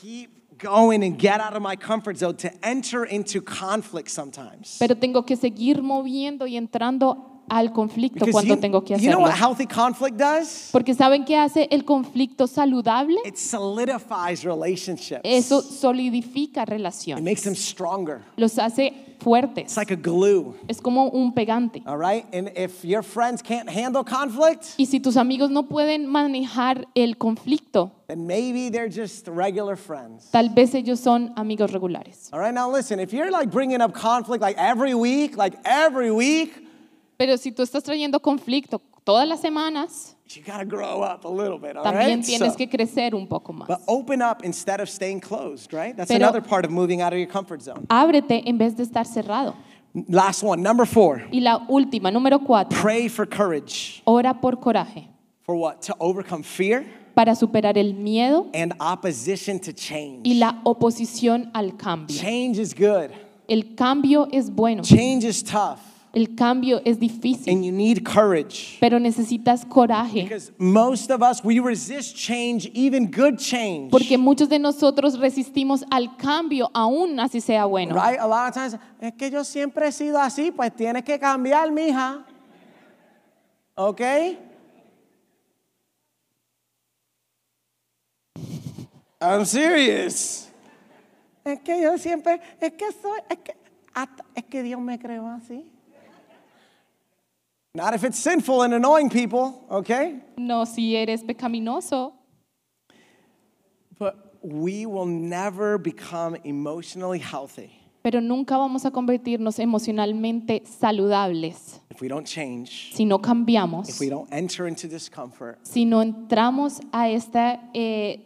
[SPEAKER 2] keep going and get out of my comfort zone to enter into conflict sometimes.
[SPEAKER 1] pero tengo que seguir moviendo y entrando al conflicto cuando
[SPEAKER 2] you,
[SPEAKER 1] tengo que
[SPEAKER 2] you know
[SPEAKER 1] hacerlo.
[SPEAKER 2] what healthy conflict does?
[SPEAKER 1] Porque ¿saben qué hace el conflicto saludable?
[SPEAKER 2] It solidifies relationships.
[SPEAKER 1] Eso solidifica
[SPEAKER 2] it
[SPEAKER 1] relaciones,
[SPEAKER 2] makes them stronger.
[SPEAKER 1] los hace
[SPEAKER 2] It's
[SPEAKER 1] fuertes,
[SPEAKER 2] like a glue,
[SPEAKER 1] es como un pegante.
[SPEAKER 2] all right? And if your friends can't handle conflict,
[SPEAKER 1] Y si tus amigos no pueden manejar el conflicto,
[SPEAKER 2] then maybe they're just regular friends.
[SPEAKER 1] tal vez ellos son amigos regulares.
[SPEAKER 2] All right, now listen, if you're like bringing up conflict like every week, like every week,
[SPEAKER 1] Pero si tú estás trayendo conflicto todas las semanas,
[SPEAKER 2] you gotta grow up a little bit, all right?
[SPEAKER 1] también tienes
[SPEAKER 2] So-
[SPEAKER 1] que crecer un poco más.
[SPEAKER 2] but open up instead of staying closed, right? That's
[SPEAKER 1] Pero-
[SPEAKER 2] another part of moving out of your comfort zone.
[SPEAKER 1] Ábrete en vez de estar cerrado.
[SPEAKER 2] Last one, number four,
[SPEAKER 1] Y la última, número cuatro,
[SPEAKER 2] pray for courage.
[SPEAKER 1] ora por coraje
[SPEAKER 2] For what? To overcome fear
[SPEAKER 1] para superar el miedo
[SPEAKER 2] and opposition to change.
[SPEAKER 1] y la oposición al cambio.
[SPEAKER 2] Change is good,
[SPEAKER 1] El cambio es bueno,
[SPEAKER 2] change is tough,
[SPEAKER 1] el cambio es difícil,
[SPEAKER 2] and you need courage.
[SPEAKER 1] pero necesitas coraje,
[SPEAKER 2] Because most of us, we resist change, even good change.
[SPEAKER 1] porque muchos de nosotros resistimos al cambio, aún así sea bueno.
[SPEAKER 2] Right? A lot of times, es que yo siempre he sido así, pues tienes que cambiar, mija. ¿Ok? I'm serious. Es que yo siempre, es que soy, es que, hasta- es que Dios me creó así. Not if it's sinful and annoying people, okay?
[SPEAKER 1] No si eres pecaminoso.
[SPEAKER 2] But we will never become emotionally healthy
[SPEAKER 1] Pero nunca vamos a convertirnos emocionalmente saludables
[SPEAKER 2] if we don't change,
[SPEAKER 1] si no cambiamos,
[SPEAKER 2] if we don't enter into discomfort,
[SPEAKER 1] si no entramos a este eh,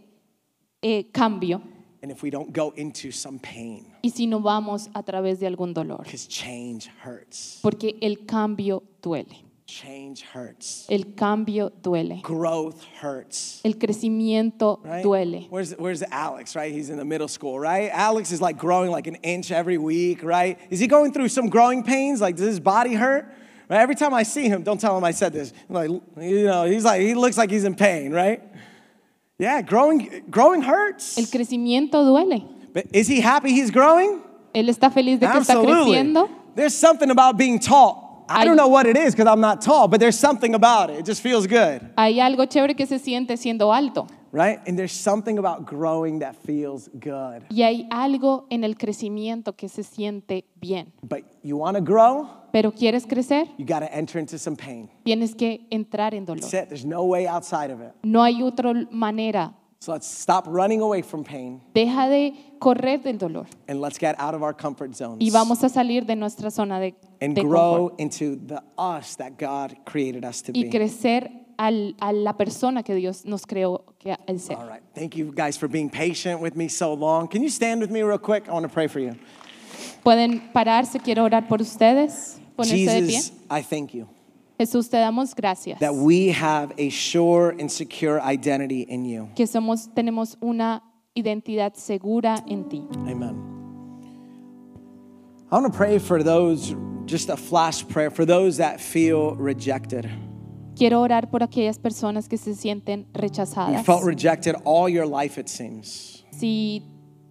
[SPEAKER 1] eh, cambio
[SPEAKER 2] and if we don't go into some pain.
[SPEAKER 1] y si no vamos a través de algún dolor.
[SPEAKER 2] Because change hurts.
[SPEAKER 1] Porque el cambio duele.
[SPEAKER 2] Change hurts.
[SPEAKER 1] El cambio duele.
[SPEAKER 2] Growth hurts.
[SPEAKER 1] El crecimiento
[SPEAKER 2] Right?
[SPEAKER 1] duele.
[SPEAKER 2] Where's, where's Alex, right? He's in the middle school, right? Alex is like growing like an inch every week, right? Is he going through some growing pains? Like, does his body hurt? Right? Every time I see him, don't tell him I said this. Like, you know, he's like, he looks like he's in pain, right? Yeah, growing, growing
[SPEAKER 1] El
[SPEAKER 2] hurts.
[SPEAKER 1] crecimiento duele.
[SPEAKER 2] But is he happy he's growing?
[SPEAKER 1] Él está feliz de que está creciendo.
[SPEAKER 2] There's something about being tall. I
[SPEAKER 1] I-
[SPEAKER 2] don't know what it is because I'm not tall, but there's something about it. It just feels good,
[SPEAKER 1] Hay algo chévere que se siente siendo alto.
[SPEAKER 2] right? And there's something about growing that feels good.
[SPEAKER 1] Y hay algo en el crecimiento que se siente bien.
[SPEAKER 2] But you want to grow,
[SPEAKER 1] Pero quieres crecer,
[SPEAKER 2] you got to enter into some pain.
[SPEAKER 1] tienes que entrar en dolor.
[SPEAKER 2] That's it. There's no way outside of it.
[SPEAKER 1] No hay otra manera.
[SPEAKER 2] So let's stop running away from pain
[SPEAKER 1] Deja de correr del dolor
[SPEAKER 2] and let's get out of our comfort zones
[SPEAKER 1] y vamos a salir de nuestra zona de,
[SPEAKER 2] and
[SPEAKER 1] de
[SPEAKER 2] grow
[SPEAKER 1] confort
[SPEAKER 2] into the us that God created us to
[SPEAKER 1] y
[SPEAKER 2] be.
[SPEAKER 1] crecer al- a la persona que Dios nos creó que el ser.
[SPEAKER 2] All right. Thank you guys for being patient with me so long. Can you stand with me real quick? I want to pray for you.
[SPEAKER 1] Pueden pararse, quiero orar por ustedes, ponerse de pie.
[SPEAKER 2] Jesus, I thank you
[SPEAKER 1] Jesús, te damos gracias
[SPEAKER 2] that we have a sure and secure identity in you.
[SPEAKER 1] que somos, tenemos una identidad segura en ti.
[SPEAKER 2] Amen. I want to pray for those, just a flash prayer, for those that feel rejected.
[SPEAKER 1] Quiero orar por aquellas personas que se sienten
[SPEAKER 2] You
[SPEAKER 1] rechazadas.
[SPEAKER 2] felt rejected all your life, it seems.
[SPEAKER 1] Si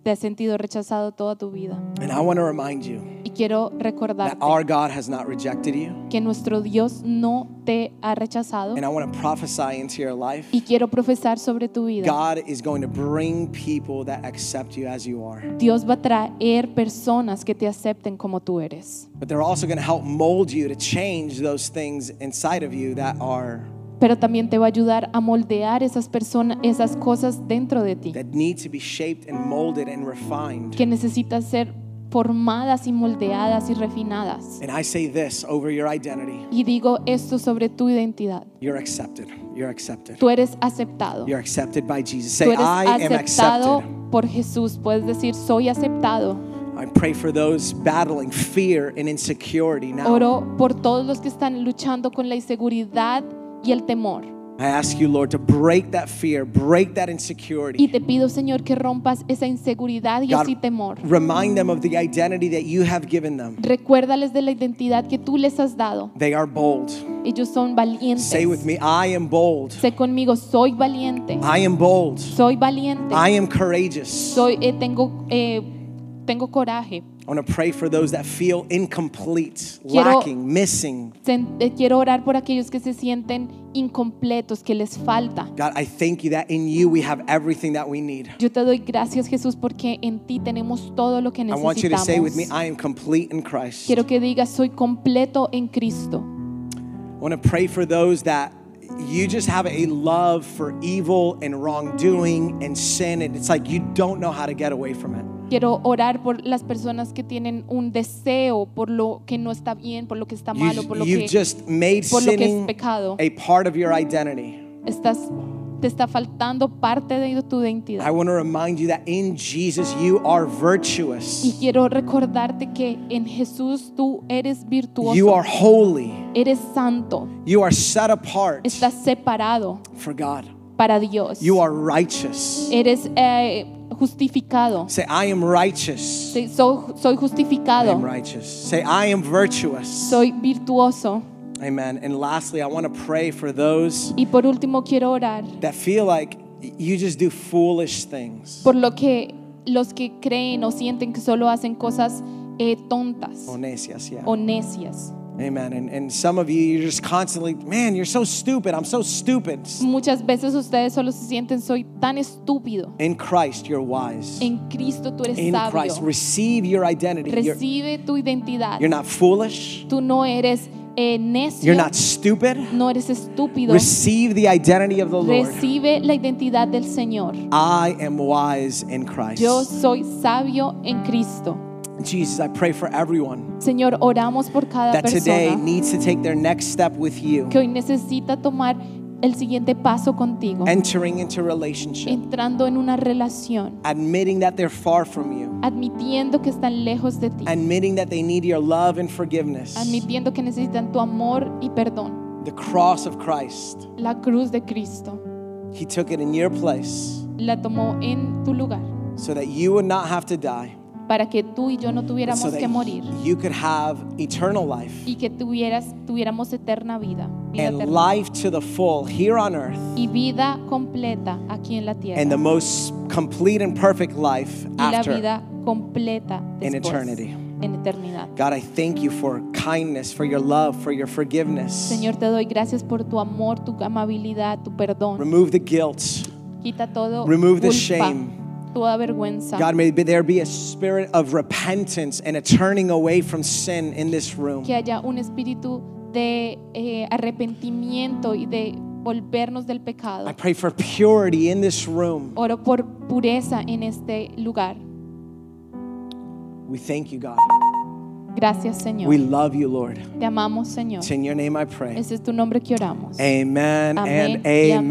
[SPEAKER 1] te has sentido rechazado toda tu vida.
[SPEAKER 2] And I want to remind you
[SPEAKER 1] Y quiero
[SPEAKER 2] that
[SPEAKER 1] recordarte
[SPEAKER 2] our God has not rejected you.
[SPEAKER 1] que nuestro Dios no te ha rechazado.
[SPEAKER 2] And I want to prophesy into your life.
[SPEAKER 1] Y quiero profesar sobre tu vida.
[SPEAKER 2] God is going to bring people that accept you as you are.
[SPEAKER 1] Dios va a traer personas que te acepten como tú eres.
[SPEAKER 2] But they're also going to help mold you to change those things inside of you that are
[SPEAKER 1] Pero también te va a ayudar a moldear esas personas, esas cosas dentro de ti
[SPEAKER 2] that need to be shaped and molded and refined.
[SPEAKER 1] que necesitan ser formadas y moldeadas y refinadas.
[SPEAKER 2] And I say this over your identity.
[SPEAKER 1] Y digo esto sobre tu identidad.
[SPEAKER 2] You're accepted. You're accepted.
[SPEAKER 1] Tú eres aceptado.
[SPEAKER 2] You're accepted by Jesus.
[SPEAKER 1] Tú
[SPEAKER 2] Say,
[SPEAKER 1] eres
[SPEAKER 2] I am
[SPEAKER 1] aceptado
[SPEAKER 2] accepted.
[SPEAKER 1] por Jesús. Puedes decir, soy aceptado.
[SPEAKER 2] I pray for those battling fear and insecurity now.
[SPEAKER 1] Oro por todos los que están luchando con la inseguridad y el temor.
[SPEAKER 2] I ask you, Lord, to break that fear, break that insecurity.
[SPEAKER 1] Y te pido, Señor, que rompas esa inseguridad y ese temor.
[SPEAKER 2] remind them of the identity that you have given them.
[SPEAKER 1] Recuérdales de la identidad que tú les has dado.
[SPEAKER 2] They are bold.
[SPEAKER 1] Ellos son valientes.
[SPEAKER 2] Say with me, I am bold.
[SPEAKER 1] Sé conmigo, soy valiente.
[SPEAKER 2] I am bold.
[SPEAKER 1] Soy valiente.
[SPEAKER 2] I am courageous.
[SPEAKER 1] Soy, eh, tengo, eh, tengo coraje.
[SPEAKER 2] I want to pray for those that feel incomplete,
[SPEAKER 1] Quiero-
[SPEAKER 2] lacking, missing.
[SPEAKER 1] Sen- eh, Quiero orar por aquellos que se sienten incompletos, que les falta.
[SPEAKER 2] God, I thank you that in you we have everything that we need.
[SPEAKER 1] Yo te doy gracias, Jesús, porque en ti tenemos todo lo que
[SPEAKER 2] I want you to
[SPEAKER 1] necesitamos.
[SPEAKER 2] say with me, I am complete in Christ. I
[SPEAKER 1] Quiero que digas, soy completo en Cristo.
[SPEAKER 2] want to pray for those that you just have a love for evil and wrongdoing and sin, and it's like you don't know how to get away from it.
[SPEAKER 1] Quiero orar por las personas que tienen un deseo por lo que no está bien, por lo que está malo, por lo
[SPEAKER 2] You've, you've
[SPEAKER 1] que
[SPEAKER 2] just made
[SPEAKER 1] por lo que es
[SPEAKER 2] sinning
[SPEAKER 1] pecado.
[SPEAKER 2] a part of your identity.
[SPEAKER 1] estás te está faltando parte de tu
[SPEAKER 2] I
[SPEAKER 1] identidad.
[SPEAKER 2] want to remind you that in Jesus you are
[SPEAKER 1] Y
[SPEAKER 2] virtuous.
[SPEAKER 1] quiero recordarte que en Jesús tú eres
[SPEAKER 2] You
[SPEAKER 1] virtuoso,
[SPEAKER 2] are holy.
[SPEAKER 1] eres santo,
[SPEAKER 2] You are set apart
[SPEAKER 1] estás separado
[SPEAKER 2] for God.
[SPEAKER 1] para Dios.
[SPEAKER 2] You are righteous.
[SPEAKER 1] Eres eh, justificado.
[SPEAKER 2] Say, I am righteous.
[SPEAKER 1] Sí, Soy, soy
[SPEAKER 2] I am
[SPEAKER 1] justificado.
[SPEAKER 2] righteous. Say, I am virtuous.
[SPEAKER 1] Soy virtuoso.
[SPEAKER 2] Amen. And lastly, I want to pray for those
[SPEAKER 1] Y por último quiero orar
[SPEAKER 2] that feel like you just do foolish things.
[SPEAKER 1] por lo que los que creen o sienten que solo hacen cosas eh, tontas
[SPEAKER 2] O necias, yeah.
[SPEAKER 1] o necias.
[SPEAKER 2] Amen. And, and some of you, you're just constantly, man, you're so stupid. I'm so stupid.
[SPEAKER 1] Muchas veces ustedes solo se sienten, soy tan estúpido.
[SPEAKER 2] In Christ, you're wise.
[SPEAKER 1] En Cristo tú eres
[SPEAKER 2] In Christ,
[SPEAKER 1] sabio.
[SPEAKER 2] receive your identity. You're,
[SPEAKER 1] Recibe tu identidad.
[SPEAKER 2] you're not foolish.
[SPEAKER 1] Tú no eres eh, necio,
[SPEAKER 2] You're not stupid.
[SPEAKER 1] no eres estúpido.
[SPEAKER 2] Receive the identity of the Lord.
[SPEAKER 1] Recibe la identidad del Señor.
[SPEAKER 2] I am wise in Christ.
[SPEAKER 1] Yo soy sabio en Cristo.
[SPEAKER 2] Jesus, I pray for everyone
[SPEAKER 1] Señor, oramos por cada
[SPEAKER 2] that today
[SPEAKER 1] persona
[SPEAKER 2] needs to take their next step with you,
[SPEAKER 1] que hoy necesita tomar el siguiente paso contigo,
[SPEAKER 2] entering into relationship,
[SPEAKER 1] entrando en una relación,
[SPEAKER 2] admitting that they're far from you,
[SPEAKER 1] admitiendo que están lejos de ti,
[SPEAKER 2] admitting that they need your love and forgiveness.
[SPEAKER 1] admitiendo que necesitan tu amor y perdón.
[SPEAKER 2] The cross of Christ,
[SPEAKER 1] La cruz de Cristo
[SPEAKER 2] He took it in your place
[SPEAKER 1] la tomó en tu lugar
[SPEAKER 2] so that you would not have to die,
[SPEAKER 1] para que tú y yo no
[SPEAKER 2] but
[SPEAKER 1] tuviéramos
[SPEAKER 2] so that
[SPEAKER 1] que morir
[SPEAKER 2] you could have eternal life
[SPEAKER 1] y que tuvieras, tuviéramos eterna vida, vida
[SPEAKER 2] and
[SPEAKER 1] eterna.
[SPEAKER 2] life to the full here on earth
[SPEAKER 1] y vida completa aquí en la tierra
[SPEAKER 2] and the most complete and perfect life
[SPEAKER 1] y la
[SPEAKER 2] after.
[SPEAKER 1] vida completa
[SPEAKER 2] In
[SPEAKER 1] después,
[SPEAKER 2] eternity.
[SPEAKER 1] en eternidad.
[SPEAKER 2] God, I thank you for kindness, for your love, for your forgiveness.
[SPEAKER 1] Señor, te doy gracias por tu amor, tu amabilidad, tu perdón.
[SPEAKER 2] Remove the guilt.
[SPEAKER 1] Quita todo
[SPEAKER 2] remove the
[SPEAKER 1] culpa,
[SPEAKER 2] shame.
[SPEAKER 1] toda vergüenza.
[SPEAKER 2] God, may there be a spirit of repentance and a turning away from sin in this room.
[SPEAKER 1] que haya un espíritu de eh, arrepentimiento y de volvernos del pecado.
[SPEAKER 2] I pray for purity in this room.
[SPEAKER 1] Oro por pureza en este lugar.
[SPEAKER 2] We thank you, God.
[SPEAKER 1] Gracias, Señor.
[SPEAKER 2] We love you, Lord.
[SPEAKER 1] te amamos, Señor.
[SPEAKER 2] It's in your name I pray.
[SPEAKER 1] Ese es tu nombre que oramos.
[SPEAKER 2] Amen
[SPEAKER 1] Amén
[SPEAKER 2] and
[SPEAKER 1] y amén.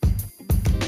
[SPEAKER 2] amen.